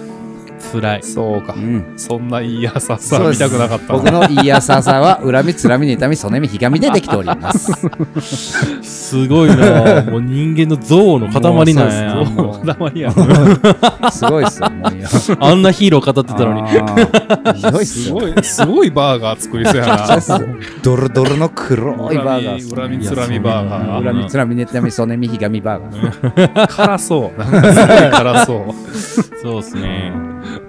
[SPEAKER 2] 辛い。
[SPEAKER 3] そうか
[SPEAKER 1] う。ん
[SPEAKER 3] そんな言いやささ
[SPEAKER 1] そうで
[SPEAKER 3] 見
[SPEAKER 1] す
[SPEAKER 3] たくなかった
[SPEAKER 1] 僕
[SPEAKER 3] な。
[SPEAKER 1] の言いやささは恨み、つらみ、妬み、そねみ、ひがみでできております。
[SPEAKER 2] すごい な。もう人間の憎悪の塊なんや。
[SPEAKER 3] もう塊や。
[SPEAKER 1] すごいっすよ。もういや
[SPEAKER 2] あんなヒーロー語ってたのに。
[SPEAKER 1] あーひどいっす
[SPEAKER 3] す
[SPEAKER 1] よ。
[SPEAKER 3] ごい、すごいバーガー作りそうや
[SPEAKER 1] そうっ
[SPEAKER 3] な。
[SPEAKER 1] すよドロドロの黒いバーガーっすね。
[SPEAKER 3] 恨み、恨みつらみバーガ
[SPEAKER 2] いや
[SPEAKER 1] 恨
[SPEAKER 3] ー。
[SPEAKER 1] み、つらみ、妬み、そねみ、ひがみバーガー。
[SPEAKER 3] 辛そう。なんかすごい辛そう。
[SPEAKER 2] そうですね。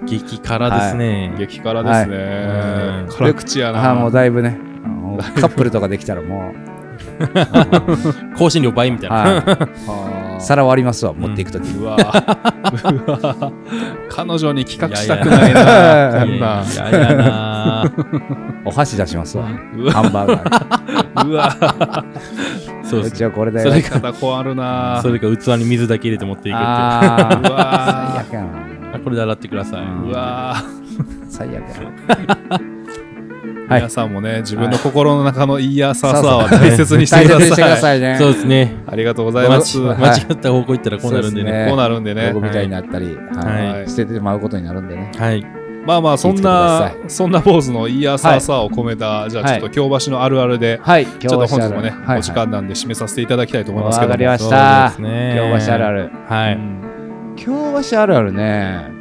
[SPEAKER 2] 激辛ですね。
[SPEAKER 3] 激辛ですね。
[SPEAKER 2] はいうん
[SPEAKER 3] 辛口や
[SPEAKER 1] ああ、もう
[SPEAKER 3] な。
[SPEAKER 1] だいぶね。あのカップルとかできたらも う
[SPEAKER 2] 香辛料倍みたいな。
[SPEAKER 1] は
[SPEAKER 3] あ
[SPEAKER 1] い、
[SPEAKER 3] ー
[SPEAKER 1] 皿割りますわ、持っていくとき。
[SPEAKER 3] うわぁうわぁ彼女に企画したくないな。こ
[SPEAKER 2] い
[SPEAKER 3] んな
[SPEAKER 2] や。いややな。
[SPEAKER 1] お箸出しますわ。
[SPEAKER 3] うわ
[SPEAKER 1] ハンバーガ ー
[SPEAKER 3] うわ ぁ
[SPEAKER 2] そう
[SPEAKER 1] に。
[SPEAKER 2] で
[SPEAKER 1] う
[SPEAKER 2] す
[SPEAKER 1] ちはこれだ
[SPEAKER 3] そ
[SPEAKER 1] よ
[SPEAKER 3] れ。方こあるな
[SPEAKER 2] そ
[SPEAKER 3] ぁ。
[SPEAKER 2] れか器に水だけ入れて持っていくっていうあ
[SPEAKER 1] あ
[SPEAKER 3] う
[SPEAKER 1] ー
[SPEAKER 3] わぁ
[SPEAKER 1] 最悪やな。
[SPEAKER 2] これで洗ってください。
[SPEAKER 1] ん
[SPEAKER 3] うわぁ
[SPEAKER 1] 最悪やな。はい
[SPEAKER 3] 皆さんもね、自分の心の中のいいやささは大切にして
[SPEAKER 1] 大
[SPEAKER 3] くだ
[SPEAKER 1] 切にしてく
[SPEAKER 3] さ
[SPEAKER 1] だ
[SPEAKER 3] い。
[SPEAKER 1] さいね。
[SPEAKER 2] そうですね。
[SPEAKER 3] ありがとうござい
[SPEAKER 2] 間
[SPEAKER 3] ま
[SPEAKER 2] 違
[SPEAKER 3] す。
[SPEAKER 1] はい
[SPEAKER 3] こ
[SPEAKER 2] 間違った方向行ったらこうなるん
[SPEAKER 1] そ
[SPEAKER 2] で
[SPEAKER 1] う
[SPEAKER 2] ね。
[SPEAKER 1] ですね
[SPEAKER 3] うなるんでね
[SPEAKER 1] 僕。みたいになったり、はい
[SPEAKER 3] はい
[SPEAKER 1] 捨ててまうことになるんでね。
[SPEAKER 2] はい。
[SPEAKER 3] まあまあ、そんな
[SPEAKER 1] 気をつけてく、
[SPEAKER 3] そんな坊主のいいやささを込めた、じゃあちょっと京橋のあるあるで、
[SPEAKER 1] はい、
[SPEAKER 3] ち
[SPEAKER 1] 今
[SPEAKER 3] ょっと
[SPEAKER 1] 日
[SPEAKER 3] 本
[SPEAKER 1] は
[SPEAKER 3] 日もね、
[SPEAKER 1] はい、
[SPEAKER 3] お時間なんで締めさせていただきたいと思いますけ
[SPEAKER 1] わ
[SPEAKER 3] ど
[SPEAKER 1] か
[SPEAKER 3] も。
[SPEAKER 1] りまし
[SPEAKER 2] そう
[SPEAKER 1] た
[SPEAKER 2] で。すね。
[SPEAKER 1] 今日はあるある。
[SPEAKER 2] は
[SPEAKER 3] う
[SPEAKER 2] い。
[SPEAKER 3] ん
[SPEAKER 1] 今日はあるあるね。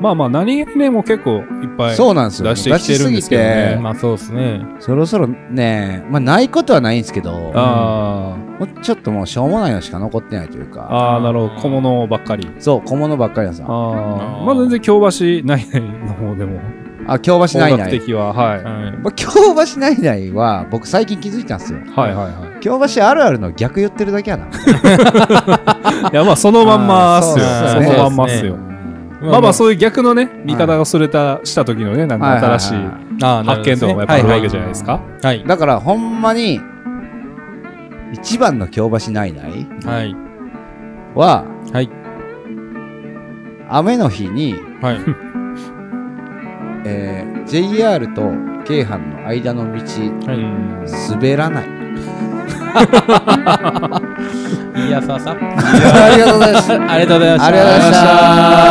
[SPEAKER 3] まあまあ、何気にね、もう結構いっぱい。
[SPEAKER 1] そうなんですよ。
[SPEAKER 3] 出してきてるんですけどね
[SPEAKER 1] 出しすぎて
[SPEAKER 2] まあそうですね。
[SPEAKER 1] そろそろね、まあないことはないんですけど、も
[SPEAKER 3] あー
[SPEAKER 1] うちょっともうしょうもないのしか残ってないというか、
[SPEAKER 3] あー、なるほど。小物ばっかり。
[SPEAKER 1] そう、小物ばっかりなんですよ。
[SPEAKER 3] あ
[SPEAKER 2] あ
[SPEAKER 3] あ。
[SPEAKER 2] ー
[SPEAKER 3] まあ全然京橋ないないの方でも。
[SPEAKER 1] あ、京橋ない
[SPEAKER 3] 音
[SPEAKER 1] な
[SPEAKER 3] 楽
[SPEAKER 1] い。
[SPEAKER 3] 的は、はい。は
[SPEAKER 2] はい
[SPEAKER 1] まあ、京橋ないないは、僕最近気づいたんですよ。
[SPEAKER 3] いはいはい。
[SPEAKER 1] 京橋あるあるの逆言ってるだ けやな。
[SPEAKER 3] いや、まあそのまんまっすよ。
[SPEAKER 1] あー
[SPEAKER 3] そ
[SPEAKER 1] そうそう
[SPEAKER 3] のまんまっすよ。まあまあそういう逆のね、見方がそれた、した時のね、なんか新しい
[SPEAKER 2] あーなるほど
[SPEAKER 3] 発
[SPEAKER 2] で
[SPEAKER 3] 見
[SPEAKER 2] す
[SPEAKER 3] と
[SPEAKER 2] ね
[SPEAKER 3] かもやっぱある
[SPEAKER 2] はい
[SPEAKER 3] わ
[SPEAKER 2] は
[SPEAKER 3] け
[SPEAKER 2] い
[SPEAKER 3] じゃないですか。
[SPEAKER 2] はい。
[SPEAKER 1] だからほんまに、一番の京橋ないない
[SPEAKER 2] はい。
[SPEAKER 1] は、
[SPEAKER 2] はい。
[SPEAKER 1] 雨の日に、
[SPEAKER 2] はい。
[SPEAKER 1] えー JR と京阪の間の道、
[SPEAKER 3] うん
[SPEAKER 1] 滑らない。
[SPEAKER 2] いや、さあさあ。
[SPEAKER 1] ありがとうございました。
[SPEAKER 2] ありがとうございました。
[SPEAKER 1] ありがとうございました。